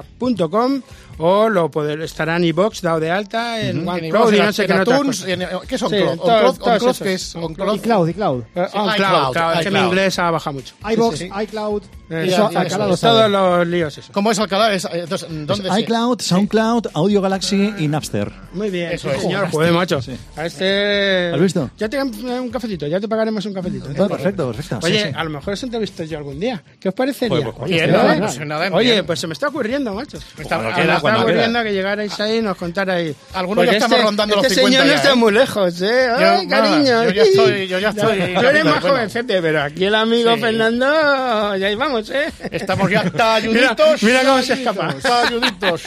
Speaker 4: cincuentopía.com o lo poder, estará en iBox dado de alta, en
Speaker 3: Ujú. En
Speaker 4: OneCloud y
Speaker 3: iVoox,
Speaker 4: no sé
Speaker 3: en
Speaker 4: qué en otras
Speaker 3: iTunes,
Speaker 4: cosas.
Speaker 3: en- eh, ¿qué son
Speaker 4: Sí,
Speaker 3: Cloud?
Speaker 4: en
Speaker 3: ¿On Cloud?
Speaker 4: todas
Speaker 3: ¿On Cloud
Speaker 4: esas.
Speaker 3: qué es? ¿On
Speaker 4: Cloud?
Speaker 8: Y Cloud, y Cloud.
Speaker 4: Eh, on
Speaker 3: iCloud,
Speaker 4: Cloud, claro, es que mi
Speaker 3: iCloud.
Speaker 4: inglés ha bajado mucho.
Speaker 8: iBox
Speaker 3: sí.
Speaker 8: iCloud.
Speaker 4: Eso, Alcalá lo sabe. Todos Eh, los líos, Pues eso.
Speaker 3: ¿Cómo es Alcalá? Es- eh, entonces, ¿dónde se-
Speaker 16: iCloud, SoundCloud, Audio Galaxy y Napster.
Speaker 4: Muy bien,
Speaker 3: Eso
Speaker 4: sí,
Speaker 3: es.
Speaker 4: señor.
Speaker 3: Joder,
Speaker 4: Joder,
Speaker 3: tío.
Speaker 4: macho.
Speaker 3: Sí.
Speaker 4: A este.
Speaker 16: ¿Has visto?
Speaker 4: Ya te eh, un cafecito, ya te pagaremos un cafecito.
Speaker 16: Ah, perfecto, perfecto,
Speaker 4: Oye,
Speaker 16: sí, sí.
Speaker 4: a lo mejor os entrevisto yo algún día. ¿Qué os parecería?
Speaker 16: Joder, pues,
Speaker 4: ¿Eh?
Speaker 3: bien,
Speaker 4: ¿Eh?
Speaker 3: pues, nada,
Speaker 4: Oye,
Speaker 3: bien. Pues
Speaker 4: pues se me está ocurriendo, macho. Me está,
Speaker 3: Cuando
Speaker 4: me
Speaker 3: quiera,
Speaker 4: está
Speaker 3: cuando quiera.
Speaker 4: ocurriendo que llegarais ahí y nos contarais.
Speaker 3: Algunos
Speaker 4: Porque
Speaker 3: ya estamos
Speaker 4: este-
Speaker 3: rondando los
Speaker 4: este
Speaker 3: 50
Speaker 4: señor no
Speaker 3: ya,
Speaker 4: está
Speaker 3: ¿eh?
Speaker 4: muy lejos, ¿eh? Ay,
Speaker 3: Yo, nada,
Speaker 4: cariño.
Speaker 3: yo ya estoy- yo ya estoy
Speaker 4: Tú eres
Speaker 3: camino,
Speaker 4: más
Speaker 3: bueno.
Speaker 4: jovencete, pero aquí el amigo
Speaker 3: Sí.
Speaker 4: Fernando, ya ahí vamos, ¿eh?
Speaker 3: Estamos ya talluditos.
Speaker 4: Mira, mira cómo se escapa.
Speaker 3: Talluditos,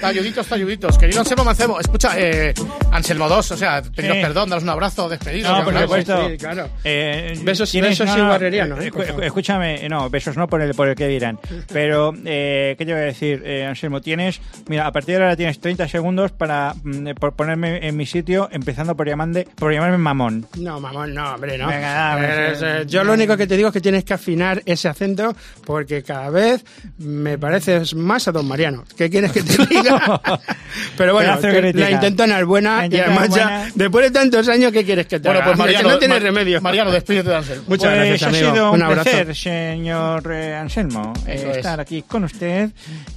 Speaker 3: talluditos, talluditos. Querido Anselmo Mancebo, escucha, eh, Anselmo 2, o
Speaker 5: Ah,
Speaker 3: sea, pediros
Speaker 16: Sí.
Speaker 3: perdón, daros un abrazo, despedidos.
Speaker 16: No,
Speaker 3: ya
Speaker 16: por
Speaker 3: hablamos.
Speaker 16: supuesto.
Speaker 4: Sí, claro.
Speaker 16: Eh,
Speaker 4: Besos-
Speaker 16: ¿tienes-
Speaker 4: besos y guarrería, ¿no?
Speaker 16: eh,
Speaker 4: Eh,
Speaker 16: escu-
Speaker 4: por favor.
Speaker 16: Escúchame, eh, no, besos no por el, por el que dirán. Pero, eh, ¿qué te voy a decir, eh, Anselmo? Tienes, mira, a partir de ahora tienes 30 segundos para mm, eh, por ponerme en mi sitio, empezando por, llamande- por llamarme mamón.
Speaker 4: No, mamón, no, hombre, no.
Speaker 16: Venga, dame,
Speaker 4: Eh,
Speaker 16: sí.
Speaker 4: eh, yo lo único que te digo es que tienes que afinar ese acento porque cada vez me pareces más a don Mariano. ¿Qué quieres que te diga? Pero bueno,
Speaker 16: Pedazo de
Speaker 4: que
Speaker 16: crítica.
Speaker 4: la intentona es buena
Speaker 16: La
Speaker 4: y
Speaker 16: intentona
Speaker 4: además
Speaker 16: es
Speaker 4: ya,
Speaker 16: buena.
Speaker 4: después de tantos años, ¿qué quieres que te
Speaker 3: Bueno,
Speaker 4: haga?
Speaker 3: pues
Speaker 4: Hombre,
Speaker 3: Mariano,
Speaker 4: que no tiene
Speaker 3: Mar-
Speaker 4: remedio.
Speaker 3: Mariano, despídete de Anselmo.
Speaker 4: Muchas
Speaker 16: pues
Speaker 4: gracias, amigo.
Speaker 16: Ha sido un,
Speaker 4: Un abrazo.
Speaker 16: placer, señor eh, Anselmo, eh,
Speaker 3: Eso es.
Speaker 16: estar aquí con usted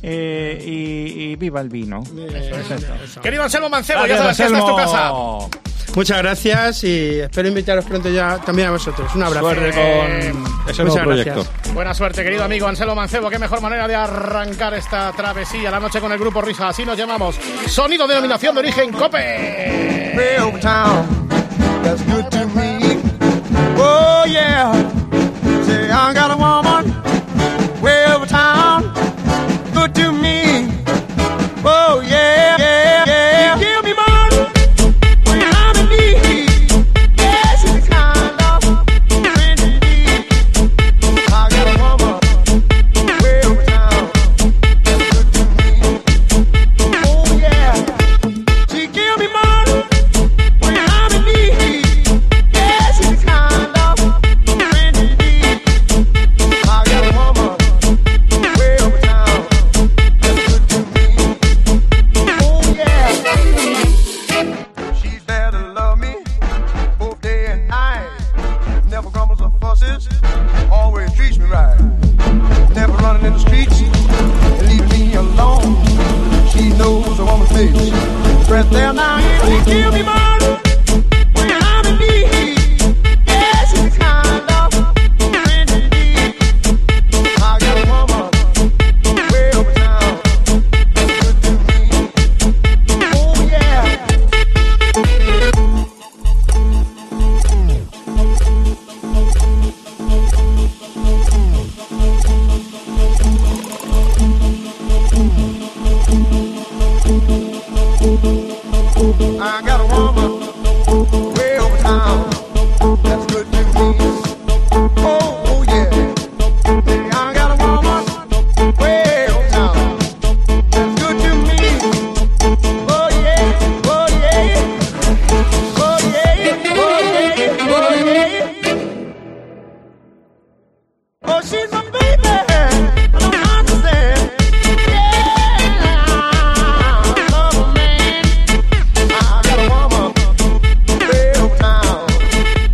Speaker 16: eh, y, y viva el vino. Perfecto.
Speaker 3: Querido Anselmo Mancebo,
Speaker 16: Gracias,
Speaker 3: ya sabes que esta es tu casa.
Speaker 16: Anselmo.
Speaker 4: Muchas gracias y espero invitaros pronto ya también a vosotros. Un abrazo. Eh,
Speaker 16: Suerte con ese nuevo
Speaker 4: Muchas
Speaker 16: proyecto.
Speaker 4: gracias.
Speaker 3: Buena suerte, querido amigo Anselmo Mancebo. Qué mejor manera de arrancar esta travesía la noche con el grupo Risa. Así nos llamamos. Sonido denominación de origen Cope.
Speaker 14: real town that's good to me. Oh yeah, say I got a woman, real town, good to me. Oh yeah, yeah, yeah. She give me money when I'm in need. Yeah, she's the kind of friend you need. I got a woman, real town, that's good to me. Oh yeah, she give me money. When I'm in need, yeah, she's the kind of friend you need. I got a woman, way over town, that's good to me. Oh yeah, she's there to love me, both day and night. Never grumbles or fusses, always treats me right. Never running in the streets, leaving me alone. She knows a woman's face. Breath there now, she give me money. When I'm in need, yeah, she's the kind of friend you need. I got a woman way over town, that's good to me. Oh yeah. I got a woman way over town that's good to me. Oh, oh yeah. Hey, I got a woman way over town that's good to me. Oh yeah, oh yeah, oh yeah, oh yeah, oh yeah. Oh, she's my baby. I don't understand. Yeah, I love a man. I got a woman.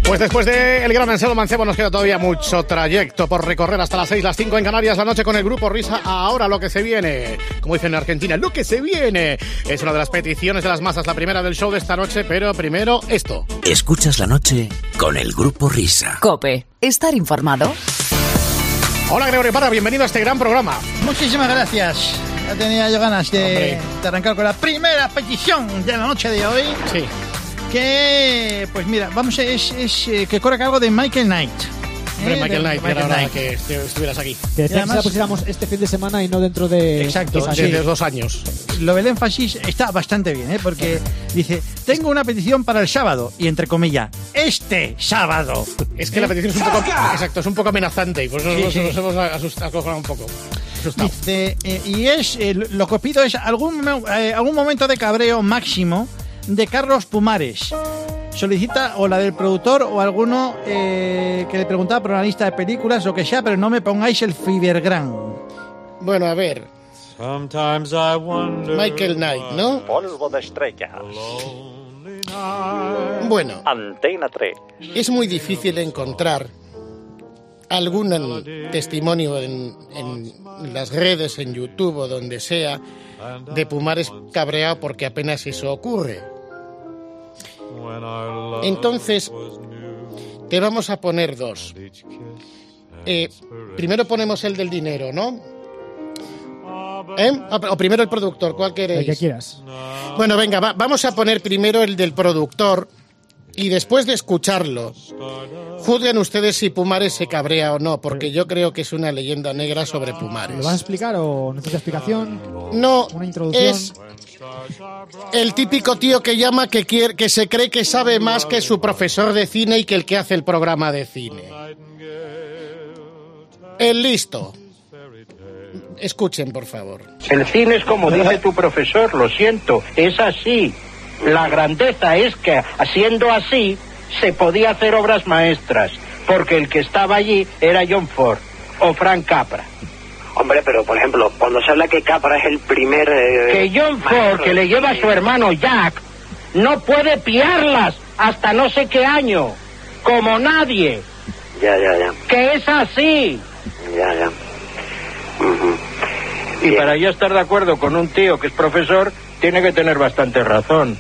Speaker 3: Pues después de el gran Anselmo Mancebo nos queda todavía mucho trayecto por recorrer hasta las 6, las 5 en Canarias, la noche con el grupo Risa. Ahora lo que se viene, como dicen en Argentina, lo que se viene es una de las peticiones de las masas, la primera del show de esta noche, pero primero esto.
Speaker 17: Escuchas la noche con el grupo Risa.
Speaker 18: Cope, estar informado.
Speaker 3: Hola Gregorio Parra, bienvenido a este gran programa.
Speaker 5: Muchísimas gracias. eh, Ya tenía yo ganas de, de arrancar con la primera petición de la noche de hoy.
Speaker 3: Sí.
Speaker 5: Que, pues mira, vamos, a- es, es, eh, que corre a cargo de Michael Knight.
Speaker 3: Hombre,
Speaker 5: ¿eh?
Speaker 3: Michael
Speaker 5: De-
Speaker 3: Knight,
Speaker 5: Michael
Speaker 3: era hora
Speaker 5: Knight.
Speaker 3: que estu- estuvieras aquí.
Speaker 8: Que
Speaker 5: Y
Speaker 8: decía que se la
Speaker 5: además-
Speaker 8: pusiéramos este fin de semana y no dentro de.
Speaker 5: Exacto,
Speaker 8: dos
Speaker 5: sí.
Speaker 8: años.
Speaker 3: Desde dos años.
Speaker 5: Lo del énfasis está bastante bien, ¿eh? porque dice, tengo una petición para el sábado, y entre comillas, este sábado.
Speaker 3: Es que la petición es un poco, exacto, es un poco amenazante y por eso
Speaker 5: Sí,
Speaker 3: nos,
Speaker 5: sí.
Speaker 3: nos hemos asust- acojonado un poco. Asustado.
Speaker 5: Dice, eh, y es, eh, lo que pido es algún, mo- eh, algún momento de cabreo máximo de Carlos Pumares. Solicita o la del productor o alguno eh, que le preguntaba por una lista de películas, lo que sea, pero no me pongáis el Fibergram.
Speaker 3: Bueno, a ver,
Speaker 19: Sometimes I wonder
Speaker 3: Michael Knight, ¿no?
Speaker 20: Polvo de estrellas.
Speaker 3: Bueno,
Speaker 20: Antena 3.
Speaker 3: es muy difícil encontrar algún testimonio en, en las redes, en YouTube o donde sea, de Pumares cabreado porque apenas eso ocurre. Entonces, te vamos a poner dos. Eh, primero ponemos el del dinero, ¿no? ¿Eh? O primero el productor, ¿cuál queréis?
Speaker 8: El que quieras.
Speaker 3: Bueno, venga, va- vamos a poner primero el del productor y después de escucharlo, juzguen ustedes si Pumares se cabrea o no, porque yo creo que es una leyenda negra sobre Pumares.
Speaker 8: ¿Lo vas a explicar o necesitas explicación?
Speaker 3: No,
Speaker 8: Una introducción.
Speaker 3: es el típico tío que llama que, quiere, que se cree que sabe más que su profesor de cine y que el que hace el programa de cine. El listo. Escuchen, por favor.
Speaker 21: El cine es como dice tu profesor, lo siento, es así. La grandeza es que, haciendo así, se podía hacer obras maestras, porque el que estaba allí era John Ford o Frank Capra.
Speaker 4: Hombre, pero por ejemplo, cuando se habla que Capra es el primer. eh,
Speaker 21: Que John Ford,
Speaker 4: maestro
Speaker 21: que le
Speaker 4: de
Speaker 21: lleva a
Speaker 4: cine,
Speaker 21: su hermano Jack, no puede piarlas hasta no sé qué año, como nadie,
Speaker 4: Ya, ya, ya.
Speaker 21: que es así.
Speaker 4: Ya, ya.
Speaker 21: Y para yo estar de acuerdo con un tío que es profesor, tiene que tener bastante razón.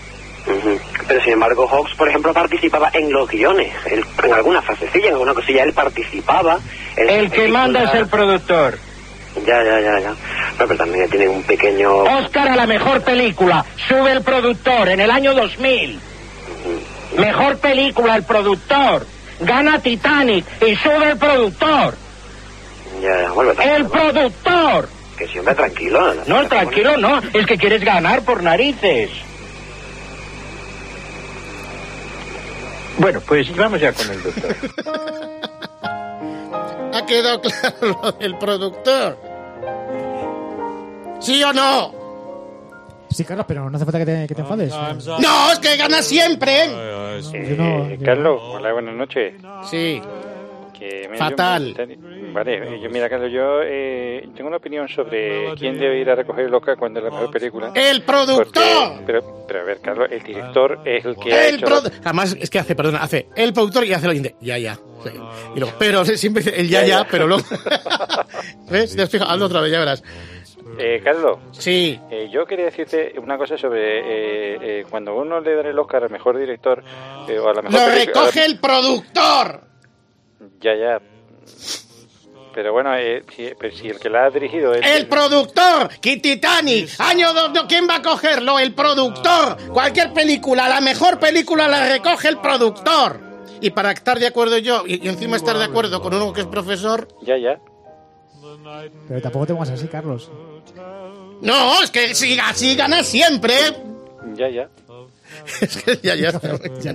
Speaker 4: Ujú. Pero sin embargo, Hawks, por ejemplo, participaba en los guiones. Él- en alguna frasecilla, en alguna cosilla, él participaba. en
Speaker 21: El
Speaker 4: las
Speaker 21: que manda es el
Speaker 4: películas.
Speaker 21: productor.
Speaker 4: Ya, ya, ya, ya. No, pero también tiene un pequeño.
Speaker 21: Oscar a la mejor película. Sube el productor en el año 2000. Mejor película el productor. Gana Titanic y sube el productor.
Speaker 4: Ya, ya, Ah, bueno,
Speaker 21: El productor.
Speaker 4: que siempre tranquilo.
Speaker 21: No, tranquilo, no. Es que quieres ganar por narices. Bueno, pues vamos ya con el doctor.
Speaker 3: ¿Ha quedado claro lo del productor? ¿Sí o no?
Speaker 8: Sí, Carlos, pero no hace falta que te, que te enfades.
Speaker 3: No, es que gana siempre.
Speaker 8: Yo no-
Speaker 5: Eh, Carlos, hola, buenas noches.
Speaker 3: Sí.
Speaker 5: Que, mira,
Speaker 3: Fatal.
Speaker 5: yo- vale, eh, yo, mira, Carlos, yo eh, tengo una opinión sobre quién debe ir a recoger el Oscar cuando es la mejor película.
Speaker 3: ¡El productor!
Speaker 5: Porque- pero, pero a ver, Carlos, el director es el que ha
Speaker 3: El
Speaker 5: hecho...
Speaker 3: produ- Además, es que hace, perdona, hace el productor y hace lo siguiente. Ya, ya. Sí. Y luego, pero sí, siempre dice el ya, ya, pero luego. ¿Ves? Te has fijado, hazlo otra vez, ya verás.
Speaker 5: Eh, Carlos. eh,
Speaker 3: Sí.
Speaker 5: yo quería decirte una cosa sobre eh, eh, cuando uno le da el Oscar al mejor director eh, o a la mejor
Speaker 3: ¡Lo
Speaker 5: pelicu- a la-
Speaker 3: recoge el productor!
Speaker 5: Ya, ya. Pero bueno, eh, si, pero si el que la ha dirigido es...
Speaker 3: ¡El productor! ¡Ki- Titanic! ¡Año 2! ¿Quién va a cogerlo? ¡El productor! Cualquier película, la mejor película la recoge el productor. Y para estar de acuerdo yo, y, y encima estar de acuerdo con uno que es profesor.
Speaker 5: Ya, ya.
Speaker 8: Pero tampoco te pongas así, Carlos.
Speaker 3: No, es que si, así gana siempre.
Speaker 5: Ya, ya.
Speaker 3: Es que ya, ya. ya.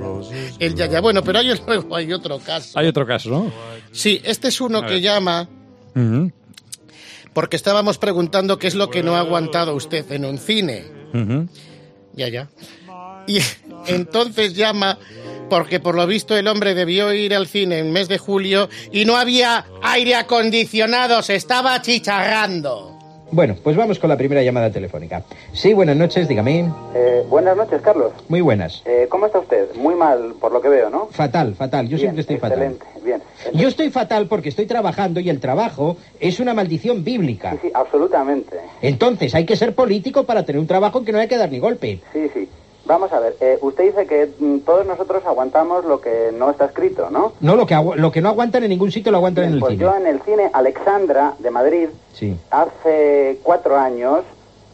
Speaker 3: El ya, ya. Bueno, pero hay, otro- hay otro caso.
Speaker 7: Hay otro caso, ¿no?
Speaker 3: Sí, este es uno
Speaker 7: A
Speaker 3: que
Speaker 7: ver.
Speaker 3: llama porque estábamos preguntando qué es lo que no ha aguantado usted en un cine. Ya, ya. Y entonces llama porque por lo visto el hombre debió ir al cine en mes de julio y no había aire acondicionado, se estaba chicharrando.
Speaker 17: Bueno, pues vamos con la primera llamada telefónica. Sí, buenas noches, dígame.
Speaker 21: Eh, buenas noches, Carlos. Eh,
Speaker 17: Muy buenas.
Speaker 21: ¿Cómo está usted? Muy mal, por lo que veo, ¿no?
Speaker 17: Fatal, fatal. Yo siempre estoy fatal.
Speaker 21: bien.
Speaker 17: Yo estoy fatal porque estoy trabajando y el trabajo es una maldición bíblica.
Speaker 21: Sí, absolutamente.
Speaker 17: Entonces hay que ser político para tener un trabajo que no hay que dar ni golpe.
Speaker 21: Sí, sí. Vamos a ver, eh, usted dice que mm, todos nosotros aguantamos lo que no está escrito, ¿no?
Speaker 17: No, lo que, agu- lo que no aguantan en ningún sitio lo aguantan en el
Speaker 21: pues
Speaker 17: cine.
Speaker 21: yo en el cine Alexandra de Madrid,
Speaker 17: Sí.
Speaker 21: hace cuatro años,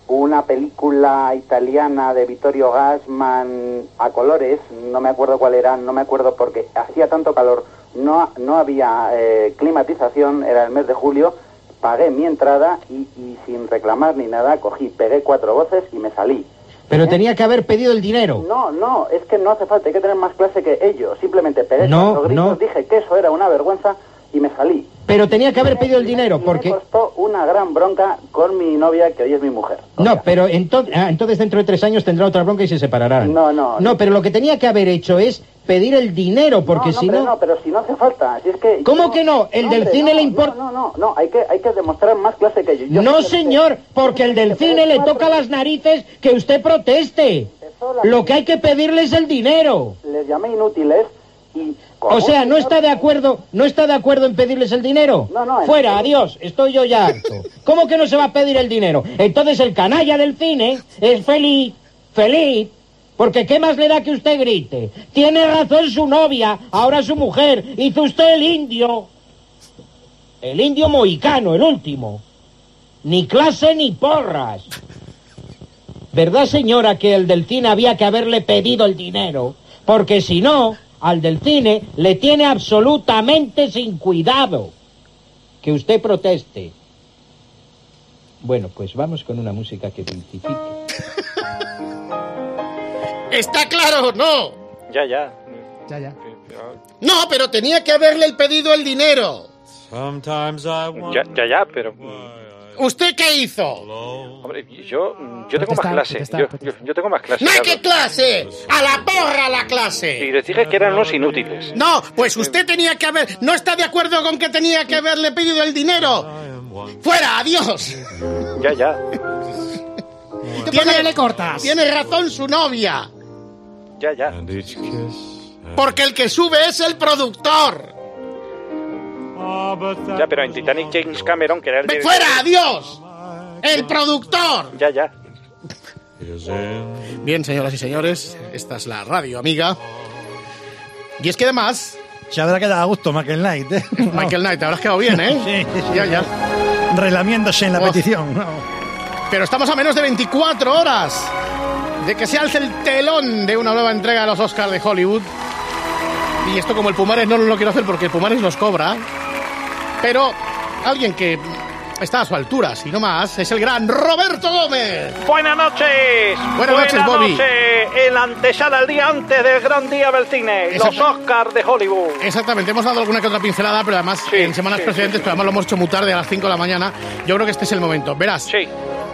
Speaker 21: una película italiana de Vittorio Gassman a colores, no me acuerdo cuál era, no me acuerdo porque hacía tanto calor, no, no había eh, climatización, era el mes de julio, pagué mi entrada y, y sin reclamar ni nada, cogí, pegué cuatro voces y me salí.
Speaker 17: Pero tenía que haber pedido el dinero.
Speaker 21: No, no, es que no hace falta, hay que tener más clase que ellos. Simplemente pegué
Speaker 17: No,
Speaker 21: cuatro gritos,
Speaker 17: no.
Speaker 21: dije que eso era una vergüenza y me salí.
Speaker 17: Pero tenía que haber pedido el dinero
Speaker 21: Me
Speaker 17: porque...
Speaker 21: costó una gran bronca con mi novia, que hoy es mi mujer.
Speaker 17: No, pero ento- ah, entonces dentro de tres años tendrá otra bronca y se separarán.
Speaker 21: No, no.
Speaker 17: No, pero lo que tenía que haber hecho es pedir el dinero porque
Speaker 21: no,
Speaker 17: si
Speaker 21: hombre,
Speaker 17: no...
Speaker 21: no, pero si no hace falta, si es que...
Speaker 17: ¿Cómo
Speaker 21: yo-
Speaker 17: que no? El del
Speaker 21: hombre,
Speaker 17: cine
Speaker 21: no,
Speaker 17: le importa-
Speaker 21: No, no, no, no, hay que, hay que demostrar más clase que ellos. Yo
Speaker 17: No,
Speaker 21: simplemente-
Speaker 17: señor, porque el del cine le toca las narices que usted proteste. Lo que hay que pedirle es el dinero.
Speaker 21: Les llamé inútiles y
Speaker 17: O sea, no está de acuerdo, no está de acuerdo en pedirles el dinero.
Speaker 21: No, no,
Speaker 17: Fuera,
Speaker 21: en-
Speaker 17: adiós, estoy yo ya harto. ¿Cómo que no se va a pedir el dinero? Entonces el canalla del cine es feliz, feliz, porque ¿qué más le da que usted grite? Tiene razón su novia, ahora su mujer, hizo usted el indio. El indio mohicano, el último. Ni clase ni porras. ¿Verdad, señora, que el del cine había que haberle pedido el dinero? Porque si no, al del cine le tiene absolutamente sin cuidado que usted proteste. Bueno, pues vamos con una música que identifique.
Speaker 3: Está claro, no.
Speaker 5: Ya, ya.
Speaker 22: Ya, ya.
Speaker 3: No, pero tenía que haberle el pedido el dinero.
Speaker 23: Sometimes I wonder.
Speaker 5: Ya, ya, ya, pero.
Speaker 3: ¿Usted qué hizo?
Speaker 5: Hombre, yo, yo tengo más
Speaker 3: Protestar,
Speaker 5: clase.
Speaker 3: protestar,
Speaker 5: yo, yo, yo tengo más clase.
Speaker 3: ¡No,
Speaker 5: claro.
Speaker 3: qué clase! ¡A la porra la clase!
Speaker 5: Y les dije que eran unos inútiles.
Speaker 3: No, pues usted tenía que haber. No está de acuerdo con que tenía que haberle pedido el dinero. ¡Fuera! ¡Adiós!
Speaker 5: Ya, ya.
Speaker 3: Tiene, le cortas? tiene razón su novia.
Speaker 5: Ya, ya.
Speaker 3: Porque el que sube es el productor.
Speaker 5: Ya, pero en Titanic James Cameron, que era el. director-
Speaker 3: ¡Fuera! ¡Adiós! ¡El productor!
Speaker 5: Ya, ya.
Speaker 3: Bien, señoras y señores, esta es la radio, amiga. Y es que además.
Speaker 24: Se habrá quedado a gusto Michael Knight, ¿eh?
Speaker 3: Michael Knight, te habrás quedado bien, ¿eh?
Speaker 24: Sí, sí.
Speaker 3: Ya, ya.
Speaker 24: Relamiéndose en la
Speaker 3: Oh.
Speaker 24: petición. ¿no?
Speaker 3: Pero estamos a menos de 24 horas de que se alce el telón de una nueva entrega de los Oscars de Hollywood. Y esto como el Pumares no lo quiero hacer porque el Pumares los cobra. Pero alguien que está a su altura, si no más, es el gran Roberto Gómez.
Speaker 25: Buenas noches.
Speaker 3: Buenas noches, Bobby.
Speaker 25: noches. El antesala, el día antes del gran día del cine. Los
Speaker 3: Exacto.
Speaker 25: Oscars de Hollywood.
Speaker 3: Exactamente, hemos dado alguna que otra pincelada, pero además en semanas
Speaker 25: sí,
Speaker 3: precedentes, pero además lo hemos hecho muy tarde a las 5 de la mañana. Yo creo que este es el momento. Verás.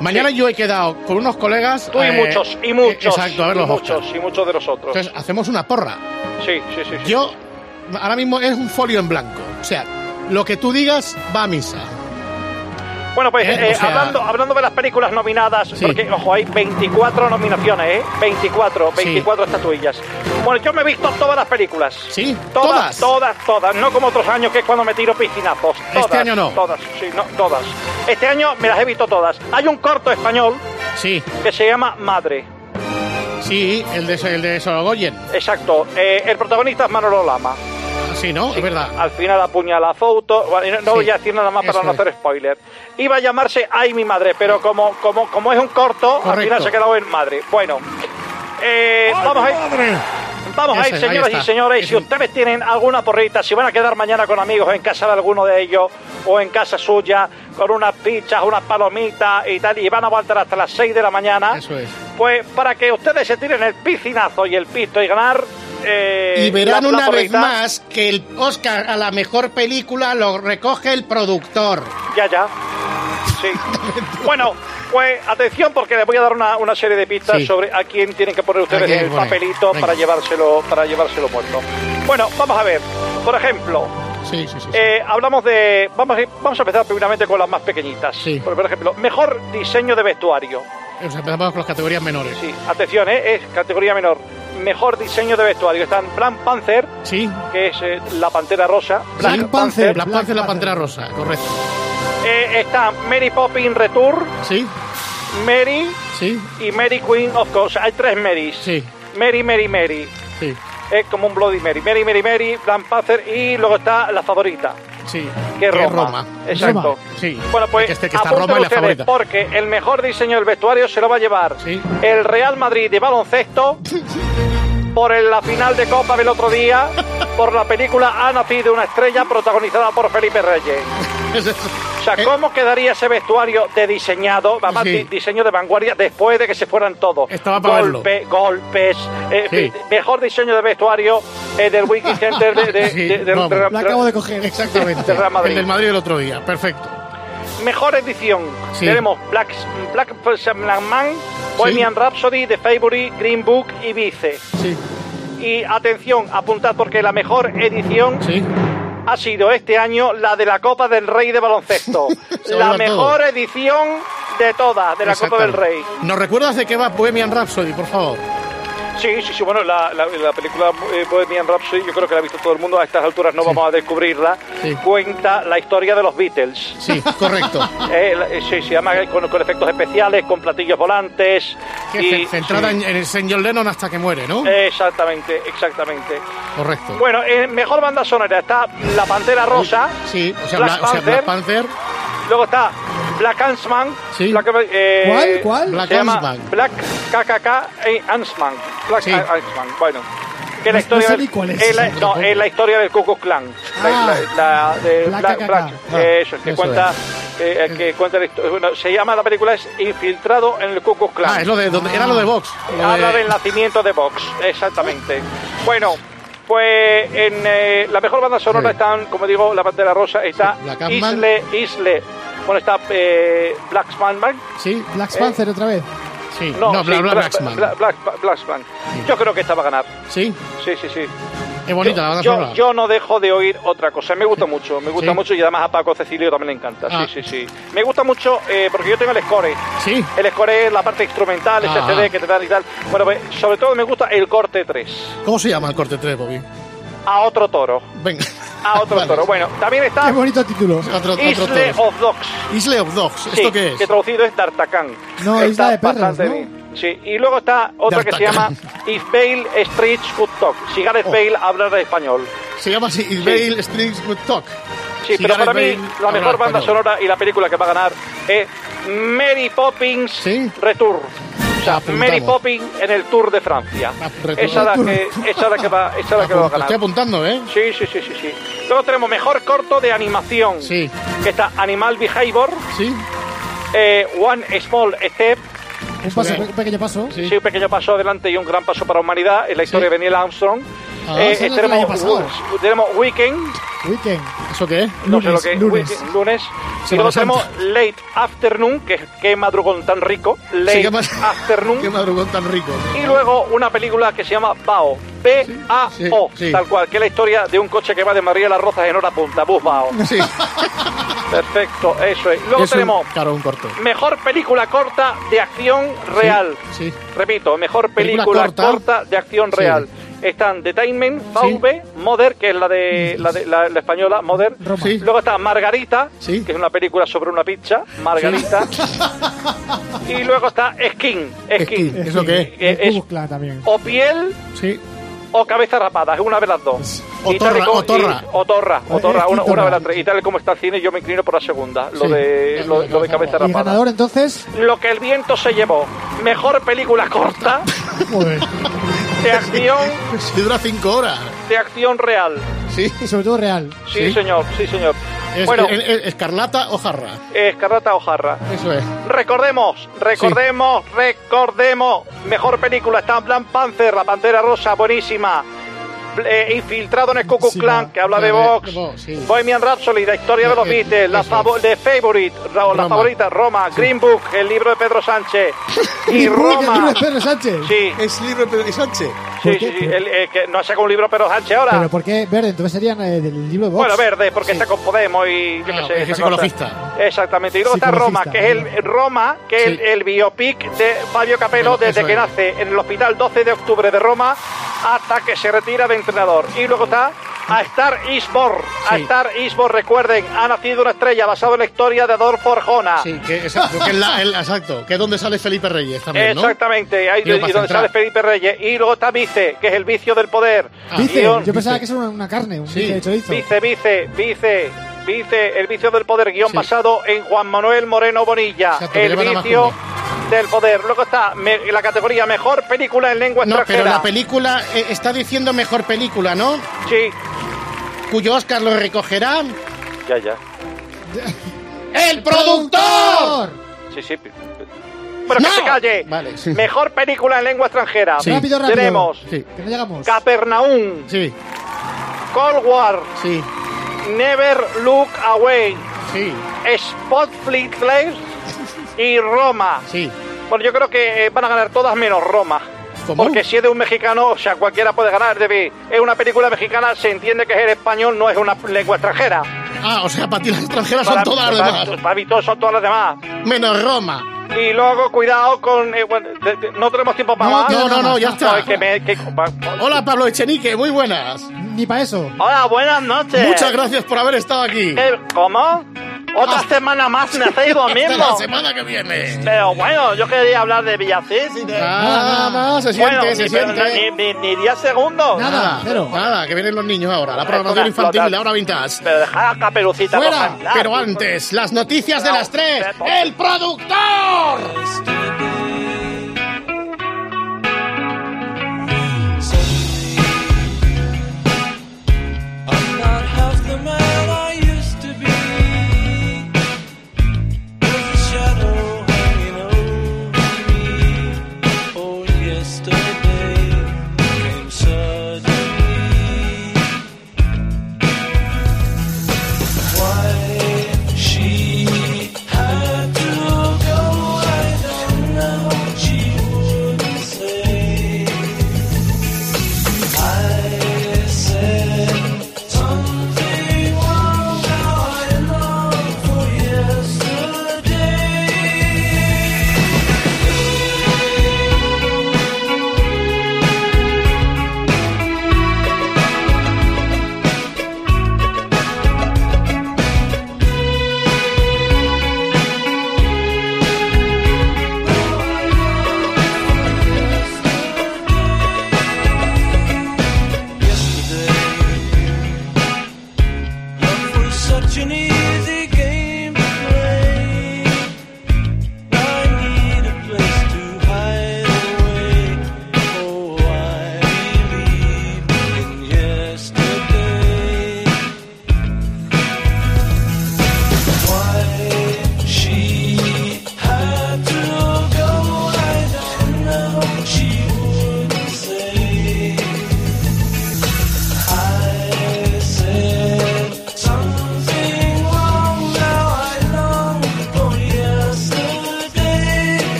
Speaker 3: Mañana yo he quedado con unos colegas.
Speaker 25: Tú y
Speaker 3: eh,
Speaker 25: muchos, y muchos.
Speaker 3: Exacto, a ver
Speaker 25: y
Speaker 3: los Oscars.
Speaker 25: muchos, y muchos de nosotros.
Speaker 3: Entonces hacemos una porra.
Speaker 25: sí, sí, sí. sí.
Speaker 3: Yo, ahora mismo es un folio en blanco. O sea, lo que tú digas va a misa.
Speaker 25: Bueno, pues
Speaker 3: Eh,
Speaker 25: eh,
Speaker 3: o sea-
Speaker 25: hablando, hablando de las películas nominadas,
Speaker 3: Sí.
Speaker 25: porque, ojo, hay 24 nominaciones, ¿eh? 24, 24 estatuillas. Bueno, yo me he visto todas las películas.
Speaker 3: ¿Sí?
Speaker 25: Todas. Todas, todas, No como otros años, que es cuando me tiro piscinazos.
Speaker 3: Este
Speaker 25: Todas,
Speaker 3: año no.
Speaker 25: Todas, sí, no, todas. Este año me las he visto todas. Hay un corto español
Speaker 3: Sí.
Speaker 25: que se llama Madre.
Speaker 3: Sí, el de, el de Sorogoyen.
Speaker 25: Exacto. Eh, el protagonista es Manolo Lama.
Speaker 3: Sí, ¿no? Es verdad.
Speaker 25: Al final apuñala a Fouto. Bueno, no no
Speaker 3: Sí.
Speaker 25: voy a decir nada más para
Speaker 3: Eso
Speaker 25: no
Speaker 3: es.
Speaker 25: hacer spoiler. Iba a llamarse Ay, mi madre, pero como, como, como es un corto, al
Speaker 3: Correcto.
Speaker 25: final se ha quedado en madre. Bueno, eh, vamos a ir. Vamos a
Speaker 3: Ese,
Speaker 25: ir,
Speaker 3: ahí
Speaker 25: señoras
Speaker 3: está.
Speaker 25: y señores, y si ustedes tienen alguna porrita, si van a quedar mañana con amigos en casa de alguno de ellos o en casa suya, con unas pizzas, unas palomitas y tal, y van a aguantar hasta las 6 de la mañana,
Speaker 3: Eso es.
Speaker 25: pues para que ustedes se tiren el piscinazo y el pisto y ganar... eh,
Speaker 3: y verán
Speaker 25: la- la
Speaker 3: una vez
Speaker 25: porrita.
Speaker 3: más que el Oscar a la mejor película lo recoge el productor.
Speaker 25: Ya, ya. Sí. bueno, pues atención porque les voy a dar una, una serie de pistas
Speaker 3: Sí.
Speaker 25: sobre a quién tienen que poner ustedes
Speaker 3: ¿A quién
Speaker 25: el
Speaker 3: poner?
Speaker 25: papelito
Speaker 3: Venga.
Speaker 25: para llevárselo para llevárselo muerto. Bueno, vamos a ver. Por ejemplo,
Speaker 3: Sí, sí, sí.
Speaker 25: eh, hablamos de vamos a, ir- vamos a empezar primeramente con las más pequeñitas. Por, por ejemplo, mejor diseño de vestuario.
Speaker 3: O sea, empezamos con las categorías menores.
Speaker 25: Sí. Atención, ¿eh? es categoría menor. Mejor diseño de vestuario están Black Panther, que es eh, la pantera rosa.
Speaker 3: Black, Panther, Black Panther, la Pantera Rosa, correcto.
Speaker 25: Eh, está Mary Poppins Return.
Speaker 3: Sí.
Speaker 25: Mary.
Speaker 3: Sí.
Speaker 25: Y Mary Queen of Course. Hay tres Marys.
Speaker 3: Sí.
Speaker 25: Mary, Mary, Mary.
Speaker 3: Sí.
Speaker 25: Es como un Bloody Mary. Mary, Mary, Mary, Black Panther y luego está la favorita.
Speaker 3: Sí.
Speaker 25: Que es
Speaker 3: Que es
Speaker 25: Roma.
Speaker 3: Roma.
Speaker 25: Exacto.
Speaker 3: Roma, sí.
Speaker 25: Bueno, pues
Speaker 3: Que este- que está
Speaker 25: apunten
Speaker 3: Roma y la
Speaker 25: ustedes,
Speaker 3: favorita.
Speaker 25: porque el mejor diseño del vestuario se lo va a llevar el Real Madrid de baloncesto por el- la final de Copa del otro día por la película Ha nacido una estrella protagonizada por Felipe Reyes. O sea, ¿cómo quedaría ese vestuario de diseñado, además,
Speaker 3: Eh. Sí.
Speaker 25: di- diseño de vanguardia, después de que se fueran todos?
Speaker 3: Estaba pa' verlo.
Speaker 25: Golpe- Golpes, eh,
Speaker 3: Sí.
Speaker 25: eh, mejor diseño de vestuario eh, del Wiki Center de, de-
Speaker 3: Sí,
Speaker 25: de- del-
Speaker 3: vamos.
Speaker 25: del-
Speaker 3: Lo acabo de coger. Exactamente.
Speaker 25: del Real Madrid.
Speaker 3: El del Madrid el otro día, perfecto.
Speaker 25: Mejor edición.
Speaker 3: Sí.
Speaker 25: Tenemos Black, Black, Black Man, Bohemian Rhapsody, The Favourite, Green Book y Vice. Y atención, apuntad porque la mejor edición ha sido este año la de la Copa del Rey de baloncesto.
Speaker 3: Se
Speaker 25: la
Speaker 3: vuelve
Speaker 25: mejor
Speaker 3: todo.
Speaker 25: edición de todas, de la Copa del Rey.
Speaker 3: ¿Nos recuerdas de qué va Bohemian Rhapsody, por favor?
Speaker 25: Sí, sí, sí. Bueno, la, la- la película eh, Bohemian Rhapsody, yo creo que la ha visto todo el mundo. A estas alturas no vamos a descubrirla. Cuenta la historia de los Beatles.
Speaker 3: Sí, correcto.
Speaker 25: Eh, la- eh, sí, sí, además con, con efectos especiales, con platillos volantes.
Speaker 3: Que ce- centrada
Speaker 25: sí.
Speaker 3: en, en el señor Lennon hasta que muere, ¿no?
Speaker 25: Exactamente, exactamente.
Speaker 3: Correcto.
Speaker 25: Bueno, en mejor banda sonora está La Pantera Rosa.
Speaker 3: Sí, o sea,
Speaker 25: Black
Speaker 3: Bla- o sea, Black Panther.
Speaker 25: Luego está Black Huntsman. Black,
Speaker 3: ¿Cuál?
Speaker 25: eh,
Speaker 3: ¿Cuál?
Speaker 25: se
Speaker 3: Black
Speaker 25: llama
Speaker 3: Huntsman.
Speaker 25: Black KKK eh, Huntsman. Black
Speaker 3: Sí.
Speaker 25: Huntsman, bueno. Que es la
Speaker 3: No- no
Speaker 25: historia
Speaker 3: sé
Speaker 25: del-
Speaker 3: ni cuál es.
Speaker 25: la, no, es la historia del Ku Klux Klan.
Speaker 3: Ah.
Speaker 25: La, la- de
Speaker 3: Black
Speaker 25: Black-
Speaker 3: KKK.
Speaker 25: Black-
Speaker 3: Ah,
Speaker 25: eso, que
Speaker 3: eso
Speaker 25: cuenta...
Speaker 3: es.
Speaker 25: eh, eh, que cuenta la histo- bueno, se llama la película es Infiltrado en el Ku Klux Klan.
Speaker 3: Ah, es lo de donde- era lo de Vox. Lo
Speaker 25: Habla
Speaker 3: de-
Speaker 25: del nacimiento de Vox, exactamente. Bueno, pues en eh, la mejor banda sonora están, como digo, La Pantera Rosa, está
Speaker 8: Black Ant Man.
Speaker 25: Isle, Isle, bueno, está eh, Black Man.
Speaker 3: Sí,
Speaker 8: Black
Speaker 25: Eh.
Speaker 8: Panther otra vez.
Speaker 3: Sí, no, Bla- Bla- Blacksman.
Speaker 25: Black, Black- Blacksman. Yo creo que esta va a ganar.
Speaker 3: Sí.
Speaker 25: Sí, sí, sí.
Speaker 3: Es bonita
Speaker 25: Yo-
Speaker 3: la banda
Speaker 25: yo,
Speaker 3: sonora.
Speaker 25: yo no dejo de oír otra cosa. Me gusta mucho, me gusta mucho y además a Paco Cecilio también le encanta.
Speaker 3: Ah.
Speaker 25: Sí, sí, sí. Me gusta mucho eh, porque yo tengo el score.
Speaker 3: Sí.
Speaker 25: El score es la parte instrumental, ese
Speaker 3: Ajá.
Speaker 25: CD que te dan y tal. Bueno, pues, sobre todo me gusta el corte 3.
Speaker 3: ¿Cómo se llama el corte 3, Bobby?
Speaker 25: A otro toro.
Speaker 3: Venga.
Speaker 25: A otro toro. Bueno, también está.
Speaker 8: Qué bonito título. Otro,
Speaker 25: Isle of Dogs.
Speaker 3: Isle of Dogs, ¿esto
Speaker 25: Sí,
Speaker 3: qué es?
Speaker 25: Que traducido es D'Artagnan.
Speaker 8: No,
Speaker 25: Está
Speaker 8: Isla de Perros,
Speaker 25: bastante
Speaker 8: ¿no?
Speaker 25: bien. Sí, y luego está otra que se llama
Speaker 3: D'Artagnan. Oh.
Speaker 25: If Bale Streets Could Talk. Si Gareth Bale hablara español.
Speaker 3: Se llama así, If Bale Strings Good Talk.
Speaker 25: Sí,
Speaker 3: Si
Speaker 25: pero
Speaker 3: Gareth
Speaker 25: para
Speaker 3: Bale
Speaker 25: mí la
Speaker 3: hablara
Speaker 25: mejor banda
Speaker 3: español.
Speaker 25: sonora y la película que va a ganar es Mary Poppins Retour. O sea,
Speaker 3: Apuntamos.
Speaker 25: Mary Poppins en el Tour de Francia.
Speaker 3: Retour.
Speaker 25: Esa es la
Speaker 3: Retour.
Speaker 25: que, esa es la que va, esa es la que va a ganar.
Speaker 3: Estoy apuntando, ¿eh?
Speaker 25: Sí, sí, sí, sí, sí. Luego tenemos mejor corto de animación. Sí. Que está Animal Behavior. Eh,
Speaker 3: Sí.
Speaker 25: One Small Step.
Speaker 8: Un, paso, un pequeño paso.
Speaker 25: Sí. un pequeño paso adelante y un gran paso para la humanidad. Es la historia de Neil Armstrong. Eh,
Speaker 8: Ah, esa es la del año pasado.
Speaker 25: tenemos Weekend.
Speaker 8: Weekend.
Speaker 3: ¿Eso qué es?
Speaker 25: No sé lo que es.
Speaker 8: lunes.
Speaker 25: Weekend, lunes. Y
Speaker 8: Semana
Speaker 25: luego tenemos Late Afternoon, que qué madrugón tan rico. Late
Speaker 3: qué ma-
Speaker 25: Afternoon.
Speaker 3: Qué madrugón tan rico.
Speaker 25: Y luego una película que se llama BAO. B-A-O,
Speaker 3: sí, sí.
Speaker 25: tal cual, que es la historia de un coche que va de María de las Rozas en hora punta, bus BAO.
Speaker 3: Sí.
Speaker 25: Perfecto, eso es. Luego
Speaker 3: Es un-
Speaker 25: tenemos
Speaker 3: claro, un corto.
Speaker 25: mejor película corta de acción real.
Speaker 3: Sí.
Speaker 25: Repito, mejor
Speaker 3: Película
Speaker 25: película,
Speaker 3: corta.
Speaker 25: corta. de acción real. Están Detainment, VV, Mother, que es la de la, de- la- la española, Mother. Luego está Margarita, que es una película sobre una pizza, Margarita. y luego está Skin, Skin.
Speaker 3: Skin, ¿eso qué es?
Speaker 25: Eh,
Speaker 8: Es
Speaker 25: es
Speaker 8: Buscla también.
Speaker 25: o piel
Speaker 3: Sí.
Speaker 25: o cabeza rapada, es una de las dos.
Speaker 3: O
Speaker 25: Y tal y
Speaker 3: torra,
Speaker 25: como-
Speaker 3: o torra.
Speaker 25: y- o torra, o
Speaker 8: Eh,
Speaker 25: torra,
Speaker 8: es
Speaker 25: una,
Speaker 8: torra.
Speaker 25: una de las tres. Y tal y como está el cine, yo me inclino por la segunda, lo
Speaker 8: Sí.
Speaker 25: de lo, lo de cabeza
Speaker 8: Y el
Speaker 25: rapada.
Speaker 8: ganador entonces.
Speaker 25: Lo que el viento se llevó, mejor película corta
Speaker 8: Joder.
Speaker 25: de acción,
Speaker 3: Si dura cinco horas.
Speaker 25: de acción real.
Speaker 3: Sí.
Speaker 8: Y sobre todo real.
Speaker 25: Sí, señor, sí, señor.
Speaker 3: Es-
Speaker 25: bueno, eh,
Speaker 3: es- es- escarlata o jarra.
Speaker 25: Escarlata o Jarra.
Speaker 3: Eso es.
Speaker 25: Recordemos, recordemos, recordemos. Mejor película está Black Panther, La Pantera Rosa, buenísima. Eh, infiltrado en el Ku Klux Klan, que habla de Vox. Bohemian Rhapsody, la historia
Speaker 3: Eh,
Speaker 25: de los Beatles, la favo- The Favorite, Ra- la favorita, Roma, Green Book, el libro de Pedro Sánchez. y Roma.
Speaker 8: Pedro Sánchez.
Speaker 25: Sí.
Speaker 3: Es libro de Pedro Sánchez.
Speaker 25: Sí, sí, sí, el- eh, que no ha sacado un libro de Pedro Sánchez ahora.
Speaker 8: Pero ¿por qué verde? Entonces serían eh, del libro de Vox.
Speaker 25: Bueno, verde, porque está con Podemos y
Speaker 3: Ah,
Speaker 25: yo qué sé.
Speaker 8: es
Speaker 25: esa cosa.
Speaker 8: ecologista.
Speaker 25: Exactamente. Y luego está Roma,
Speaker 8: Ecologista.
Speaker 25: que es el Roma, que es el, el biopic de Fabio Capello desde que nace en el hospital 12 de octubre de Roma hasta que se retira de entrenador. Y luego está A Star Isbor. A Star Isbor, recuerden, ha nacido una estrella basado en la historia de Adolfo Arjona.
Speaker 3: Sí, que exacto, que es la- el- exacto, que es donde sale Felipe Reyes también, ¿no?
Speaker 25: Exactamente, ahí
Speaker 3: Digo,
Speaker 25: y
Speaker 3: para
Speaker 25: donde
Speaker 3: centrar.
Speaker 25: sale Felipe Reyes. Y luego está Vice, que es el vicio del poder.
Speaker 3: Ah.
Speaker 8: Dice,
Speaker 25: Guión-
Speaker 8: yo pensaba que eso era una carne, un bife de chorizo.
Speaker 25: Vice, vice, vice, vice, el vicio del poder, guión basado en Juan Manuel Moreno Bonilla.
Speaker 3: que
Speaker 25: el
Speaker 3: llevan a más
Speaker 25: vicio del poder. Luego está me- la categoría mejor película en lengua
Speaker 3: No,
Speaker 25: extranjera.
Speaker 3: pero la película eh, está diciendo mejor película, ¿no?
Speaker 25: Sí.
Speaker 3: Cuyo Oscar lo recogerá
Speaker 25: Ya, ya.
Speaker 3: el productor.
Speaker 25: Sí, sí. Bueno, que se calle. Mejor película en lengua extranjera.
Speaker 3: Sí. Rápido, rápido.
Speaker 25: Tenemos
Speaker 3: Sí.
Speaker 25: Capernaum.
Speaker 3: Sí.
Speaker 25: Cold War.
Speaker 3: Sí.
Speaker 25: Never Look Away.
Speaker 3: Sí.
Speaker 25: Spotfleet Place y Roma.
Speaker 3: Sí.
Speaker 25: Bueno, yo creo que eh, van a ganar todas menos Roma.
Speaker 3: ¿Cómo?
Speaker 25: Porque si es de un mexicano, o sea, cualquiera puede ganar. Debe, es una película mexicana, se entiende que es el español, no es una lengua extranjera.
Speaker 3: Ah, o sea, para ti las extranjeras son todas las
Speaker 25: para-
Speaker 3: demás.
Speaker 25: Para mí todos son todas las demás.
Speaker 3: Menos Roma.
Speaker 25: Y luego, cuidado con. eh, bueno, de- de- no tenemos tiempo para
Speaker 3: No,
Speaker 25: más.
Speaker 3: no, no, no, ya está.
Speaker 25: es que me- que-
Speaker 3: Hola Pablo Echenique, muy buenas.
Speaker 26: Ni para eso.
Speaker 25: Hola, buenas noches.
Speaker 3: Muchas gracias por haber estado aquí.
Speaker 25: Eh, ¿Cómo? Otra semana más me hacéis lo
Speaker 3: Hasta
Speaker 25: mismo.
Speaker 3: la semana que viene.
Speaker 25: Pero bueno, yo quería hablar de Villacís.
Speaker 3: Ah, no, se siente,
Speaker 25: Bueno,
Speaker 3: se
Speaker 25: ni-
Speaker 3: siente.
Speaker 25: pero Ni, ni, ni 10 segundos.
Speaker 3: Nada, nada, que vienen los niños ahora. La programación infantil, ahora vintage.
Speaker 25: Pero dejar a Caperucita
Speaker 3: Fuera,
Speaker 25: Roja en paz.
Speaker 3: pero antes, las noticias de las tres. ¡El productor!